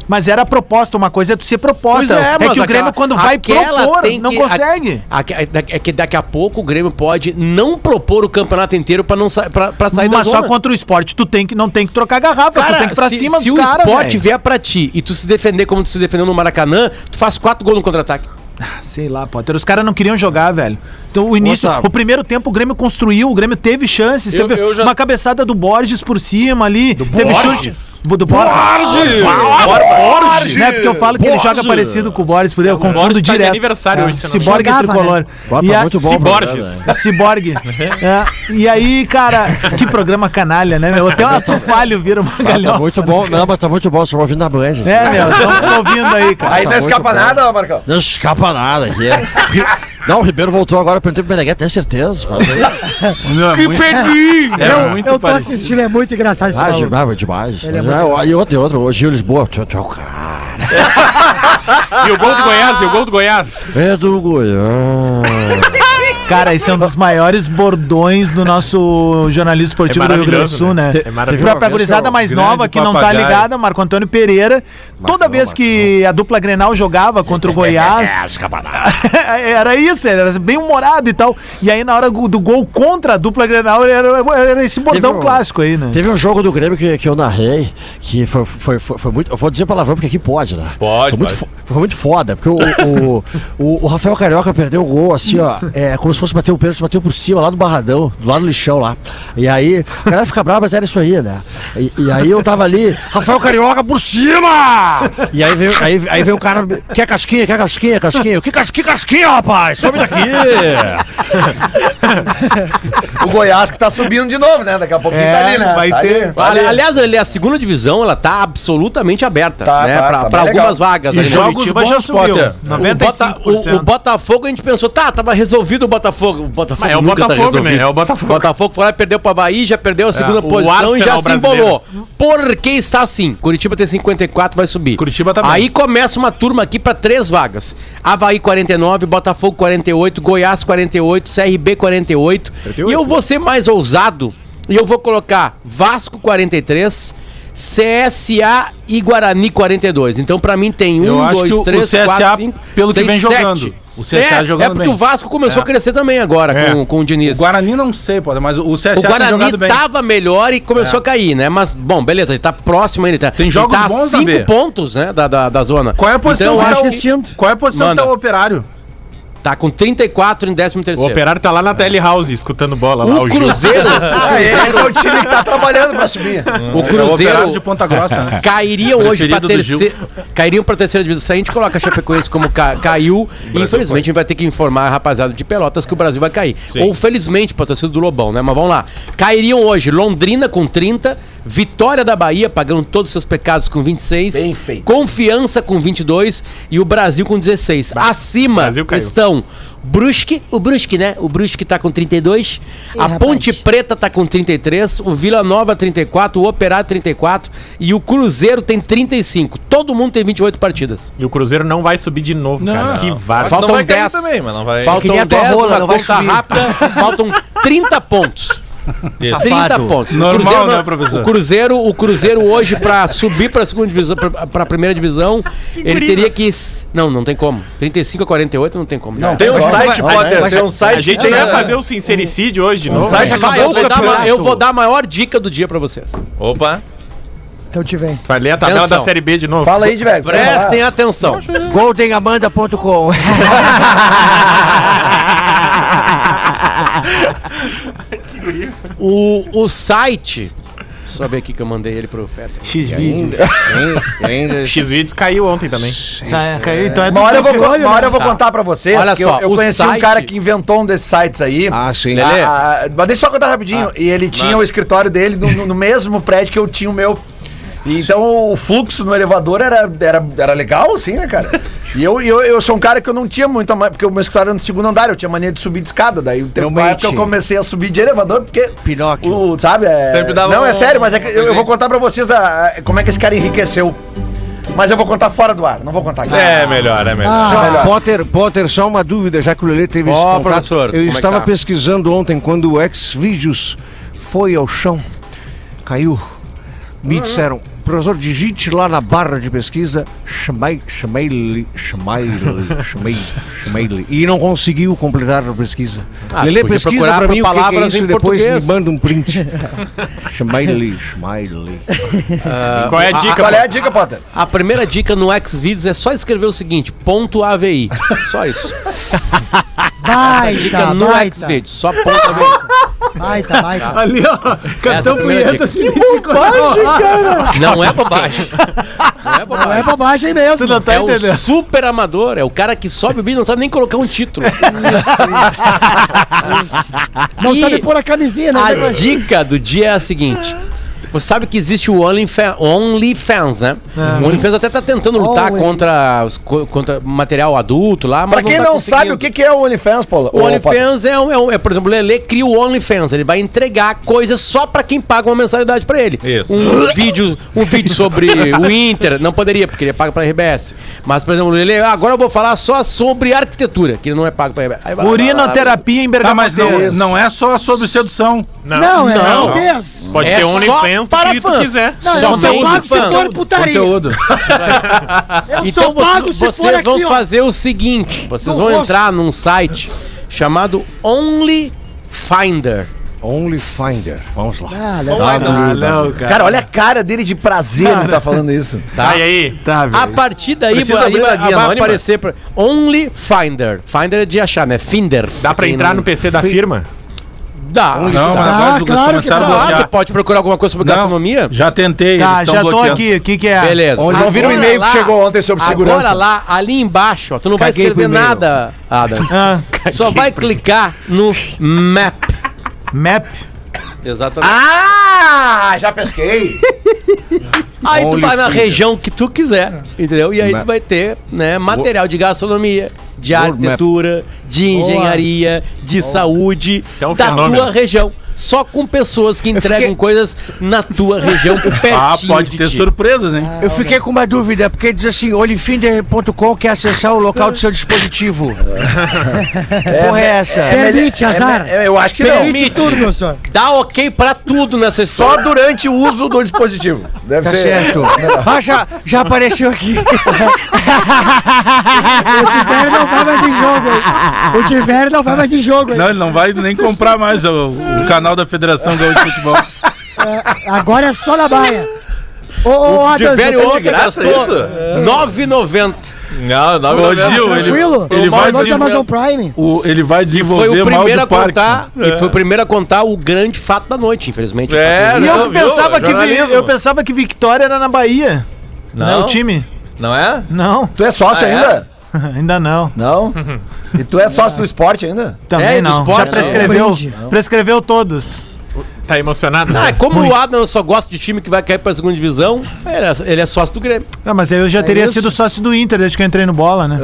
S1: Mas era a proposta, uma coisa é tu ser proposta. É,
S6: mas
S1: que o Grêmio,
S6: então, aquela-
S1: quando vai
S6: aquela
S1: propor,
S6: tem
S1: não
S6: que-
S1: consegue.
S6: a- a- é que daqui a pouco o Grêmio pode não propor o campeonato inteiro pra, não sa pra, pra sair
S1: Mas
S6: da
S1: só
S6: zona.
S1: contra o esporte, tu tem que, não tem que trocar a garrafa, tu tem que ir pra
S6: se,
S1: cima
S6: se
S1: dos
S6: o
S1: caras.
S6: esporte
S1: velho.
S6: vier pra ti e tu se defender como tu se defendeu no Maracanã, tu faz quatro gols no contra-ataque.
S1: Sei lá, Potter. Os caras não queriam jogar, velho. Então, o início,
S9: Gostava.
S1: o primeiro tempo o Grêmio construiu, o Grêmio teve chances,
S9: Eu-
S1: teve
S9: eu já-
S1: uma cabeçada do Borges por cima ali, teve chute
S9: Borges?
S1: do Borges.
S9: Borges!
S1: Borges! Né? Porque eu falo que ele
S9: Borges!
S1: joga parecido com o Borges, por aí eu
S8: Borges tá
S1: confundo
S8: de
S1: direto.
S8: aniversário
S1: É,
S8: hoje, se não me
S1: Ciborgue
S5: engano.
S1: tricolor.
S2: Bota
S1: E a-
S2: muito bom o
S8: Ciborges.
S2: programa, né?
S1: Ciborgue. É, E aí, cara, que programa canalha, né, meu? Até uma falho vira uma
S2: Ah, tá
S1: galhota.
S2: muito bom. Não, mas tá muito bom. Você vai ouvindo na Band.
S1: É, meu, estamos ouvindo aí, cara.
S7: Aí não
S2: tá
S7: escapa
S2: muito bom.
S7: nada, Marcão.
S2: Não escapa nada aqui. é. Não, o Ribeiro voltou agora, eu perguntei pro Meneghete, tem certeza?
S9: Que peninho!
S5: é eu, eu tô assistindo, é muito engraçado esse
S2: Ah,
S5: maluco.
S2: demais, demais.
S5: Ele é
S2: Mas,
S5: muito
S2: ah, e outro, e outro, o Gil Lisboa. Tu, tu é o cara.
S8: E o gol
S6: Ah!
S8: do Goiás, e o gol do Goiás.
S2: É do Goiás.
S1: Cara, esse é um dos maiores bordões do nosso jornalismo esportivo
S8: É
S1: do Rio Grande do
S8: maravilhoso,
S1: Sul,
S8: né?
S1: né?
S8: Te- é maravilhoso.
S1: Pra- Pra gurizada mais
S9: Grande
S1: nova que não tá
S9: papagaio.
S1: ligada, Marco Antônio Pereira. Toda vez que a dupla Grenal jogava contra o Goiás, era isso, era bem humorado e tal. E aí na hora go- do gol contra a dupla Grenal era, era esse bordão
S2: Teve um-
S1: clássico aí, né?
S2: Teve um jogo do Grêmio que, que eu narrei, que foi, foi, foi, foi muito. Eu vou dizer palavrão porque aqui pode, né?
S9: Pode,
S2: Foi muito,
S9: pode.
S2: fo- foi muito foda, porque o, o, o, o Rafael Carioca perdeu o gol, assim, ó, é, como se fosse bater o pênalti, bateu por cima, lá do Barradão, do lado do lixão lá. E aí, a galera fica brava, mas era isso aí, né? E, e aí eu tava ali, Rafael Carioca por cima! E aí veio, aí, aí veio o cara,
S11: é
S2: quer casquinha, quer casquinha, casquinha? Que, cas, que casquinha, rapaz? Some daqui!
S7: O Goiás que tá subindo de novo, né? Daqui a pouquinho tá ali, né?
S1: vai
S7: Tá
S1: ter-
S7: ali, tá ali.
S6: Ali- É, Aliás, ali, a segunda divisão ela tá absolutamente aberta,
S7: Tá,
S6: né?
S7: tá,
S6: pra
S7: tá
S6: pra
S7: bem
S6: algumas
S7: legal.
S6: vagas.
S8: E
S6: ali, né?
S8: jogos
S1: Curitiba
S8: bons,
S1: já subiu.
S8: Potter.
S6: O, Bota-
S1: 95%.
S6: o- o Botafogo a gente pensou, tá, tava resolvido o Botafogo. O Botafogo
S8: Mas é o
S6: nunca tá
S8: Botafogo, né?
S6: resolvido.
S8: É o Botafogo. É,
S6: Botafogo foi lá, perdeu pra Bahia, já perdeu a
S3: É,
S6: segunda
S8: o
S6: posição e
S8: Arsenal
S6: já se
S8: brasileiro.
S6: embolou. Por que está assim? Curitiba tem 54, vai subir.
S8: Curitiba tá bem.
S6: Aí começa uma turma aqui pra três vagas. Havaí 49, Botafogo 48, Goiás 48, CRB 48. E eu
S3: né?
S6: vou ser mais ousado e eu vou colocar Vasco 43... CSA e Guarani 42. Então, pra mim, tem um,
S3: Eu acho
S6: dois,
S3: que o- o
S6: três,
S3: CSA
S6: quatro, cinco,
S3: pelo que
S6: seis,
S3: vem
S6: sete.
S3: jogando. O CSA
S6: é,
S3: jogando
S6: É porque
S3: bem.
S6: o Vasco começou a crescer também agora
S8: É.
S6: com, com o Diniz.
S3: O Guarani não sei, pode, mas o CSA
S6: O
S3: tem É,
S6: Guarani
S3: jogado bem. É.
S6: tava melhor e começou a cair, né? Mas, bom, beleza, ele tá próximo ainda. Tá,
S3: Tem jogos
S6: ele tá a
S3: bons na
S6: cinco
S3: B.
S6: pontos, né, da, da, da zona.
S3: Qual é a posição
S6: Então,
S3: que
S6: eu
S3: tá
S6: acho
S3: o-
S6: que
S3: Qual é a posição
S6: Manda.
S3: que tá o operário?
S6: tá com 34 em 13
S8: O
S6: terceiro.
S8: operário tá lá na Tele House escutando bola lá.
S6: O
S8: Gil.
S6: Cruzeiro,
S7: Ah, esse é o time que tá trabalhando pra subir.
S3: É
S6: o
S3: o operário de
S6: Cruzeiro
S3: Ponta Grossa, né?
S6: cairiam hoje pra
S9: Preferido do Gil.
S6: terceira, cairiam pra terceira divisão. Se a gente coloca a Chapecoense como ca- caiu, infelizmente a gente vai ter que informar a rapaziada de Pelotas que o Brasil vai cair. Ou felizmente pra torcida do Lobão, né? Mas vamos lá. Cairiam hoje Londrina com 30, Vitória da Bahia pagando todos os seus pecados com 26,
S7: Bem feito.
S6: Confiança com 22 e o Brasil com 16. Acima
S8: Brasil caiu.
S6: estão Brusque, o Brusque, né? O Brusque tá com 32, a
S5: rapaz.
S6: Ponte Preta tá com 33, o Vila Nova 34, o Operário 34 e o Cruzeiro tem 35. Todo mundo tem 28 partidas.
S8: E o Cruzeiro não vai subir de novo, cara. Que
S9: Não
S8: vara.
S6: Faltam
S9: vai cair
S6: 10.
S9: também, mas não vai...
S6: Faltam
S2: que nem a tua
S6: 10,
S2: rola,
S6: uma
S2: não vai
S6: conta
S2: subir.
S6: rápida, faltam 30 pontos. 30 pontos.
S3: Normal,
S6: o Cruzeiro,
S3: né,
S6: não-
S3: professor?
S6: O Cruzeiro, o Cruzeiro hoje pra subir pra segunda divisão, pra- pra primeira divisão, ele teria que Não, não tem como. 35 a 48 não tem como. Não,
S9: Tem um
S2: Vai,
S9: site,
S2: vai,
S9: Potter,
S2: vai.
S9: tem um site...
S8: A gente
S9: que-
S8: vai fazer o sincericídio hoje de novo.
S9: site
S8: né?
S9: acabou
S6: Um Vai, eu,
S9: o
S6: vou dar
S9: campeonato.
S6: ma- eu vou dar a maior dica do dia pra vocês.
S9: Opa.
S5: Então te vem.
S8: Vai ler a tabela
S6: Atenção.
S8: da Série B de novo.
S7: Fala aí, de velho.
S6: Prestem atenção.
S2: Goldenamanda.com
S6: O, o site. Só ver aqui que eu mandei ele pro Feta.
S8: X-Vídeos caiu ontem também.
S1: Saca, Então é do
S7: Uma hora eu vou,
S1: futebol,
S7: con- uma hora eu vou
S8: né?
S6: Tá.
S7: contar pra vocês
S6: Olha
S7: que
S6: só,
S7: eu, eu
S6: o
S7: conheci um
S6: site-
S7: cara que inventou um desses sites aí.
S2: Ah, sim.
S7: Ah,
S6: Lelê. Ah.
S7: ah, mas deixa eu só contar rapidinho. e ele tinha o escritório dele no, no- no mesmo prédio que eu tinha o meu. E então o fluxo no elevador era, era, era legal, assim, né, cara? E eu, e eu, eu sou um cara que eu não tinha muita mania, porque o meu escritório era no segundo andar, eu tinha mania de subir de escada. Daí teve uma época que eu comecei a subir de elevador, porque.
S2: Pinóquio.
S7: O, sabe? é-
S9: Sempre dava
S7: não, é
S9: um-
S7: sério, mas é que eu, eu vou contar pra vocês a- a- como é que esse cara enriqueceu. Mas eu vou contar fora do ar, não vou contar aqui.
S9: É melhor, é melhor.
S7: Ah, melhor.
S2: Ah,
S3: Ah,
S2: Potter, Potter, só uma dúvida, já que o Lelê teve
S6: Ó,
S2: esse contato.
S6: professor, como
S2: Eu
S6: é que
S2: estava
S6: tá?
S2: pesquisando ontem quando o Xvideos foi ao chão, caiu. Me
S1: Uhum.
S2: disseram, professor, digite lá na barra de pesquisa, chamei, chamei, chamei, chamei, chamei, e não conseguiu completar a pesquisa.
S6: Ah,
S2: Lelê,
S6: podia
S2: pesquisa
S6: procurar
S2: pra
S6: por
S2: mim palavras o que que é
S6: palavras
S2: isso
S6: em
S2: e depois me
S6: português.
S2: manda um print. chamei, chamei.
S8: Qual é a dica?
S7: Qual é
S8: pô?
S7: a dica, Potter?
S6: A primeira dica no Xvideos é só escrever o seguinte: ponto AVI. Só isso. Essa dica
S5: Baita,
S6: não é
S5: baita.
S6: Xvideos, só ponta mesmo.
S5: Baita, baita.
S6: Ali, ó,
S3: É
S6: Capitão um Punheta assim. se
S1: assim,
S5: bobagem, cara.
S6: Não é bobagem.
S5: Não é bobagem mesmo. Você não
S6: é o super amador, é o cara que sobe o vídeo e não sabe nem colocar um título.
S5: Não
S6: E
S5: sabe pôr a camisinha, né?
S6: A dica do dia é a seguinte. Você sabe que existe o OnlyFan- OnlyFans, né? O OnlyFans até tá tentando lutar
S7: Only.
S6: contra, os, co- contra material adulto lá, mas
S7: Pra quem
S6: tá
S7: não
S6: conseguindo.
S7: sabe o que que é o OnlyFans, Paulo.
S6: O OnlyFans é, um, é um- é, por exemplo, o Lelê cria o OnlyFans. Ele vai entregar coisas só pra quem paga uma mensalidade pra ele.
S9: Isso.
S6: Um vídeo, um vídeo sobre o Inter, não poderia, porque ele é pago pra RBS. Mas, por exemplo, o Lelê, "Ah, agora eu vou falar só sobre arquitetura, que ele não é pago pra RBS. Aí vai lá,
S1: Urinoterapia em
S3: Tá, mas não,
S1: Bergamoteiras.
S3: não é só sobre sedução.
S8: Não,
S5: Não, é
S6: Não.
S5: gravidez.
S8: Pode
S6: É
S8: ter
S6: só
S8: OnlyFans do
S6: para
S8: que tu
S6: fãs.
S8: quiser.
S5: Não, eu sou
S6: Somente
S5: pago se
S6: fã.
S5: for putaria.
S3: Conteúdo.
S5: Eu
S6: Então
S5: sou pago
S6: vocês,
S5: se for
S6: vocês vão
S5: aqui, ó.
S6: fazer o seguinte: vocês
S5: No
S6: vão
S5: rosto.
S6: entrar num site chamado Only Finder.
S2: Only Finder. Vamos lá.
S5: Ah, legal.
S2: Ah, não,
S7: Tá cara. olha a cara dele de prazer ele tá falando isso.
S6: Tá?
S8: Aí, aí.
S1: Tá,
S6: A
S1: velho.
S6: partir daí
S7: Precisa
S6: vai-
S7: abrir
S6: vai,
S7: a guia
S6: vai
S7: anônima?
S6: aparecer pra... Only Finder. Finder é de achar, né? Finder.
S8: Dá pra
S6: Quem
S8: entrar
S6: não-
S8: no PC da firma?
S6: Dá.
S3: Não, mas
S5: Ah,
S3: agora os Lucas
S5: claro que
S3: começaram
S5: tá.
S3: a
S6: Claro, tu
S3: bloquear.
S6: pode procurar alguma coisa sobre
S3: Não,
S6: gastronomia?
S3: Já tentei,
S1: Tá,
S3: eles tão
S1: já tô
S3: bloqueando.
S1: aqui. O que que é?
S6: Beleza.
S7: Onde eu vi um
S6: Agora
S7: e-mail
S6: lá-
S7: que chegou ontem sobre segurança.
S6: Agora lá, ali embaixo, ó, tu não vai
S7: Caguei
S6: escrever
S7: pro e-mail.
S6: nada, Adam.
S1: Ah,
S6: Só vai clicar no map.
S1: map.
S6: Exatamente.
S7: Ah, já pesquei.
S6: Aí tu
S2: Only
S6: vai na
S2: Finder.
S6: região que tu
S7: Ah.
S6: quiser, entendeu? E aí
S2: Ma-
S6: tu vai ter, né, material de gastronomia, de
S2: World
S6: arquitetura, de engenharia, de saúde,
S8: Então,
S6: da
S8: fenômeno.
S6: tua região. Só com pessoas que entregam
S2: fiquei-
S6: coisas na tua região, pertinho
S3: Ah, pode
S6: de
S3: ter
S6: ti.
S3: surpresas, hein?
S11: Eu fiquei com uma dúvida, porque diz assim, olifinder.com quer acessar o local do seu dispositivo. Que porra é essa?
S5: Permite, azar.
S7: É, eu acho que não.
S5: Permite tudo, meu senhor.
S6: Dá ok pra tudo nessa
S7: Só
S6: história.
S7: durante o uso do dispositivo. Deve
S11: Tá
S7: ser.
S11: certo. Ah, já, já apareceu aqui.
S5: O Tiverio não vai mais em jogo, hein? O Tiverio não vai mais em jogo, hein?
S3: Não, ele não vai nem comprar mais o, o canal da Federação Gaúcha de Futebol.
S5: Agora é só na baia. Ô, tá ô, Adams,
S6: Velho
S5: eu tô-
S6: ontem
S9: graça
S5: é
S6: gastou
S9: isso?
S6: R$ 9,90.
S9: Não, não,
S3: Ô,
S9: não.
S3: Gil, ele,
S5: Tranquilo?
S3: ele vai
S5: Download de Amazon
S3: desenvolver,
S5: Prime.
S3: o, ele vai
S6: Foi
S3: desenvolver
S6: o
S3: mal
S6: primeiro
S3: de
S6: a contar,
S3: Parkinson.
S6: e foi o primeiro a contar o grande fato da noite, infelizmente.
S9: É,
S1: E eu
S9: não, viu?
S1: pensava que vi-
S9: Jornalismo.
S1: eu pensava que Vitória era na Bahia. Não, é o time?
S9: Não é?
S1: Não,
S7: Tu é sócio
S9: Ah, é?
S7: ainda?
S1: ainda não.
S7: Não. E tu é sócio do esporte ainda?
S1: Também
S6: É, do
S1: não.
S6: esporte,
S1: Já
S6: não.
S1: prescreveu,
S5: Brinde.
S1: prescreveu todos.
S8: Tá emocionado?
S6: Ah, como o Adam só gosta de time que vai cair pra segunda divisão, ele é, ele é sócio do Grêmio.
S1: Ah, mas eu
S7: É
S1: já teria sido sócio do Inter desde que eu entrei no bola, né?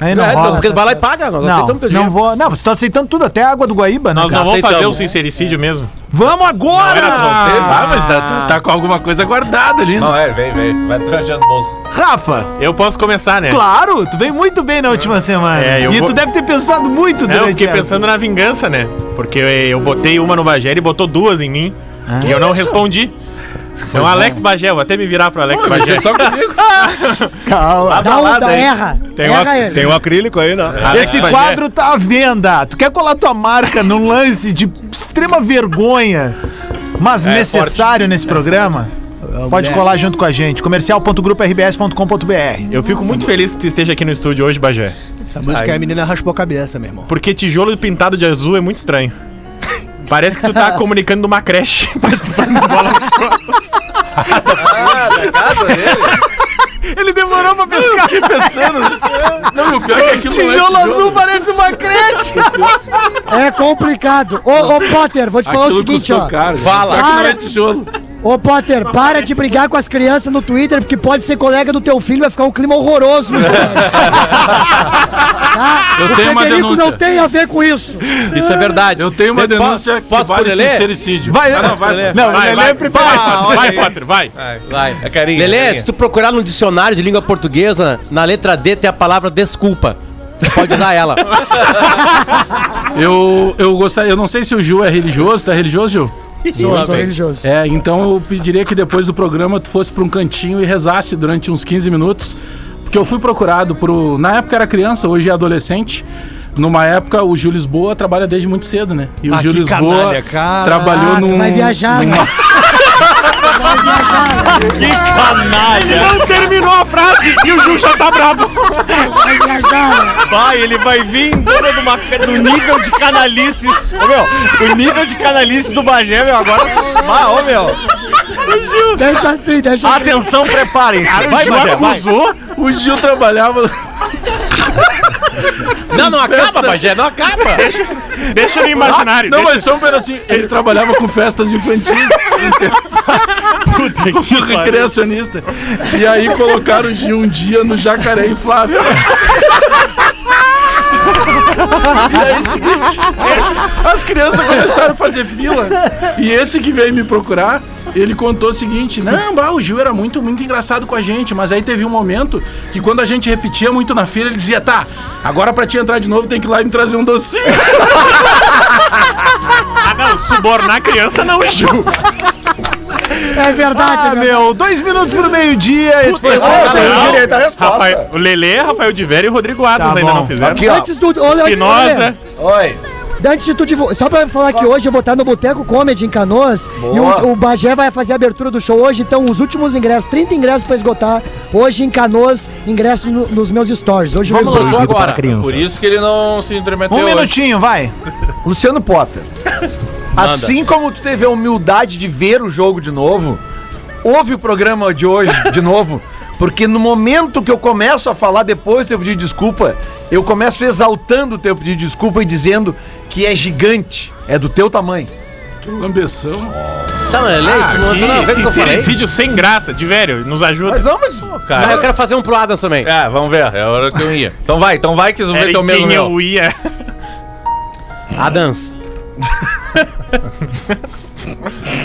S1: Aí não
S6: É, então,
S1: rola.
S6: porque vai lá e paga, nós
S1: Não,
S6: aceitamos teu
S1: não
S6: dinheiro.
S1: vou. Não, você tá aceitando tudo, até a água do Guaíba, né?
S8: Nós não
S1: cara?
S8: vamos fazer o
S6: aceitamos.
S7: É.
S8: sincericídio mesmo.
S1: Vamos
S7: Ah!
S1: agora!
S8: Não
S3: Ele vai, mas tá, tá com alguma coisa guardada ali. né?
S9: Não é, vem, vem. Vai trajando no bolso.
S1: Rafa,
S8: Eu posso começar, né?
S1: claro, tu veio muito bem na última semana.
S8: É, eu
S1: e
S8: vou-
S1: tu deve ter pensado muito
S8: É,
S1: durante
S8: eu fiquei
S1: essa.
S8: pensando na vingança, né? Porque eu, eu botei uma no Bagé, ele botou duas em mim.
S1: Ah.
S8: E eu não respondi. Então, Alex Bagé, eu vou até me virar pro Alex
S3: é
S7: é
S8: Bagé.
S5: Dá
S1: Calma.
S5: um,
S8: balada
S5: dá,
S8: aí.
S5: erra.
S9: Tem
S1: É,
S5: erra
S9: um,
S5: ele.
S9: tem um acrílico aí, né?
S2: Ah,
S8: Alex
S6: É.
S1: Esse
S8: Bagé.
S1: quadro tá à venda. Tu quer colar tua marca num lance de extrema vergonha,
S8: É,
S1: mas necessário nesse programa?
S7: É,
S1: Pode colar junto com a gente. comercial.grupo-rbs.com.br
S8: Eu fico muito feliz que tu esteja aqui no estúdio hoje, Bagé.
S11: Essa música
S1: é
S8: é,
S11: aí, a menina raspou a cabeça, meu irmão.
S8: Porque tijolo pintado de azul é muito estranho. Parece que tu tá comunicando numa creche. participando do bola.
S1: Ele demorou pra pescar.
S3: Não, o pior é que aquilo
S1: Tijolo azul parece uma creche.
S5: É complicado. Ô, ô, Potter, vou te falar o
S3: Aquilo
S5: seguinte,
S3: custou
S5: ó.
S3: caro.
S6: Fala.
S3: Só que não é tijolo.
S5: Ô, Potter, para de brigar com as crianças no Twitter, porque pode ser colega do teu filho, vai ficar um clima horroroso. No colégio. tá?
S3: Eu
S5: O
S3: tenho uma
S5: Frederico
S3: denúncia.
S5: não tem a ver com isso.
S6: Isso é verdade.
S3: Eu tenho uma
S6: Po-
S3: denúncia que
S6: posso
S3: vale
S6: por Lelê?
S3: sincericídio.
S1: Vai,
S3: não,
S6: Lelê.
S1: Não,
S8: tá Vai, vai,
S1: ele é
S8: vai,
S1: preparado.
S8: vai, vai, Potter, vai.
S6: Vai.
S9: É carinho,
S6: Lelê,
S9: carinho.
S6: se tu procurar no dicionário de língua portuguesa, na letra D tem a palavra desculpa. Tu pode usar ela.
S3: Eu, eu gostaria, eu não sei se o Gil é religioso, tá religioso, Gil?
S5: Sou, sou religioso.
S3: É, então eu pediria que depois do programa tu fosse pra um cantinho e rezasse durante uns 15 minutos, porque eu fui procurado por, na época era criança, hoje é adolescente. Numa época o Gil Lisboa trabalha desde muito cedo, né? E o Gil Lisboa trabalhou
S5: Ah, tu
S3: num
S5: vai viajar, né?
S8: Ele não terminou a frase e o Ju já tá bravo.
S5: Vai viajar. né?
S10: Vai, ele vai vir em torno de uma- do nível de canalices. Ô, meu, o nível de canalices do Bagé, meu, agora. Ah, ô, meu.
S5: Deixa assim, deixa assim.
S10: Atenção, preparem-se. Vai, Bagé, vai.
S3: O Gil trabalhava.
S10: Não, não acaba, Bagé, não acaba. Deixa, deixa no imaginário.
S3: Não,
S10: deixa-
S3: mas só um pedacinho. Ele trabalhava com festas infantis. Puta que recreacionista. E aí colocaram o Gil um dia no Jacaré e Flávio. E aí, É seguinte, as crianças começaram a fazer fila. E esse que veio me procurar, ele contou o seguinte: Não, bah, o Gil era muito, muito engraçado com a gente. Mas aí teve um momento que quando a gente repetia muito na fila, ele dizia: Tá, agora pra te entrar de novo tem que ir lá e me trazer um docinho.
S10: Ah, não, subornar criança não, Ju.
S5: É verdade,
S1: ah, meu. Dois minutos pro meio-dia. Esse foi o
S10: Ah, não.
S7: direito à resposta.
S10: Rafael- o Lelê, Rafael de Vera e o Rodrigo Adams
S1: Tá
S10: ainda
S1: bom.
S10: não fizeram.
S1: Aqui, ó.
S5: Antes do. Olha,
S10: Espinosa.
S7: Oi.
S5: Antes de tu divulgar, só pra falar que hoje eu vou estar no Boteco Comedy em Canoas e o, o Bagé vai fazer a abertura do show hoje, então os últimos ingressos, 30 ingressos pra esgotar, hoje em Canoas, ingressos no- nos meus stories. Hoje
S1: Vamos
S5: mesmo.
S1: lá, tô agora.
S9: Por isso que ele não se intrometeu.
S1: Um
S9: hoje.
S1: minutinho, vai.
S7: Luciano Potter.
S9: Manda.
S7: Assim como tu teve a humildade de ver o jogo de novo, ouve o programa de hoje de novo, porque no momento que eu começo a falar depois do teu pedido de desculpa, eu começo exaltando o teu pedido de desculpa e dizendo que é gigante, é do teu tamanho.
S3: Que lambeção.
S6: Tá, mas Lelê,
S8: Ah,
S6: isso não tem nada a
S10: Que
S6: ver com o que eu falei.
S10: sincericídio sem graça, de velho, nos ajuda.
S7: Mas não, mas
S9: Cara,
S6: Mas eu quero fazer um pro Adams também.
S9: É, vamos ver. É a hora que eu ia. Então vai, então vai que vamos
S10: Era
S9: ver se é o
S10: em
S9: mesmo
S10: quem
S9: meu.
S10: eu ia.
S6: Adams.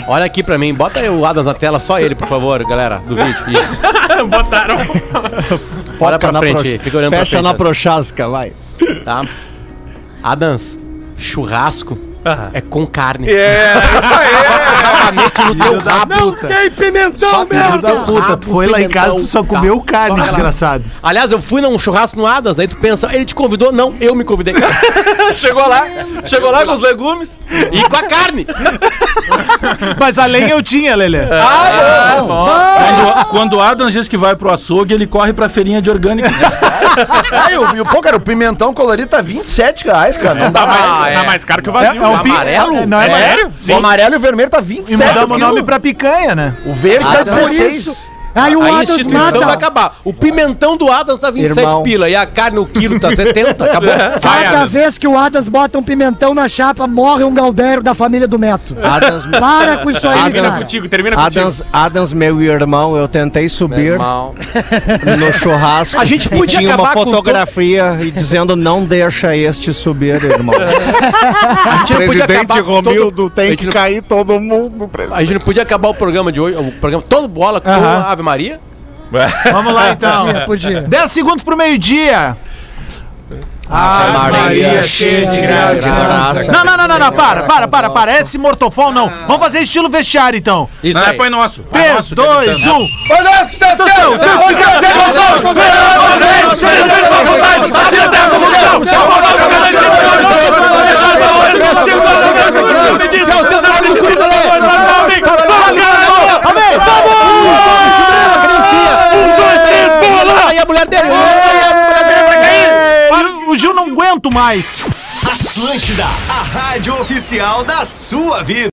S6: Olha aqui pra mim, bota aí o Adams na tela, só ele, por favor, galera, do vídeo. Isso.
S10: Botaram.
S6: Olha pra
S2: na
S6: frente,
S2: pro-
S6: aí, fica olhando
S2: Fecha na
S6: pra frente.
S2: prochasca, vai.
S6: Tá? Adams, churrasco é com carne. Soca no teu rabo.
S5: Tem pimentão,
S1: Filho da puta, tu foi lá em casa, tu só comeu carne,
S6: Soca lá.
S1: desgraçado.
S6: Aliás, eu fui num churrasco no Adams, aí tu pensa, ele te convidou? Não, eu me convidei.
S9: Chegou lá, chegou lá com os legumes.
S6: e com a carne.
S1: Mas a lenha eu tinha,
S10: Ah,
S1: Lelê. Ah,
S3: Quando, quando o Adams diz que vai pro açougue, ele corre pra feirinha de orgânico.
S7: Ah, e o, e o- pô, cara, o pimentão colorido tá 27 reais, cara. Não dá
S10: Tá mais,
S7: mais.
S10: tá mais caro que o
S1: É,
S10: vazio.
S1: é um pi-
S6: amarelo?
S1: É, não é,
S10: É.
S1: amarelo.
S7: O amarelo e o vermelho tá 27.
S1: E mudamos o
S7: aquilo.
S1: nome pra picanha, né?
S7: O verde tá
S5: Ah, então é
S7: 16.
S5: isso. Aí o
S6: a
S5: Adams
S6: instituição vai
S5: mata.
S6: acabar. O pimentão do Adams tá 27
S2: Irmão.
S6: pila e a carne, o quilo tá 70, acabou.
S10: É. Vai,
S5: Cada
S10: Adams.
S5: vez que o Adams bota um pimentão na chapa, morre um galdério da família do Neto.
S2: Adams,
S5: Para com isso aí,
S10: Termina
S5: cara.
S10: contigo, termina contigo.
S2: Adams, Adams, meu irmão, eu tentei subir no churrasco.
S6: A gente podia
S2: e tinha uma
S6: acabar com
S2: fotografia e dizendo não deixa este subir, irmão.
S6: Presidente Romildo
S2: tem
S6: que
S2: cair todo mundo.
S6: A gente não podia acabar o programa de hoje, o programa todo bola com
S1: Aham.
S6: a Ave Maria.
S1: Vamos lá, então.
S5: Podia, podia.
S1: 10 segundos pro meio-dia. Ah,
S2: Maria cheia de graça. Ah.
S1: Não, não, não, não, não, para, para, para, para. Esse mortofol não. Vamos fazer estilo vestiário, então. um.
S6: Isso
S2: é,
S6: aí.
S3: nosso. Pai
S1: 3, 2, 1.
S7: Ô, nossa, que tá certo! Ô,
S1: Santos,
S7: cara, você não sabe!
S6: Aí a mulher dele.
S1: O Gil não aguento mais.
S13: Atlântida, a rádio oficial da sua vida.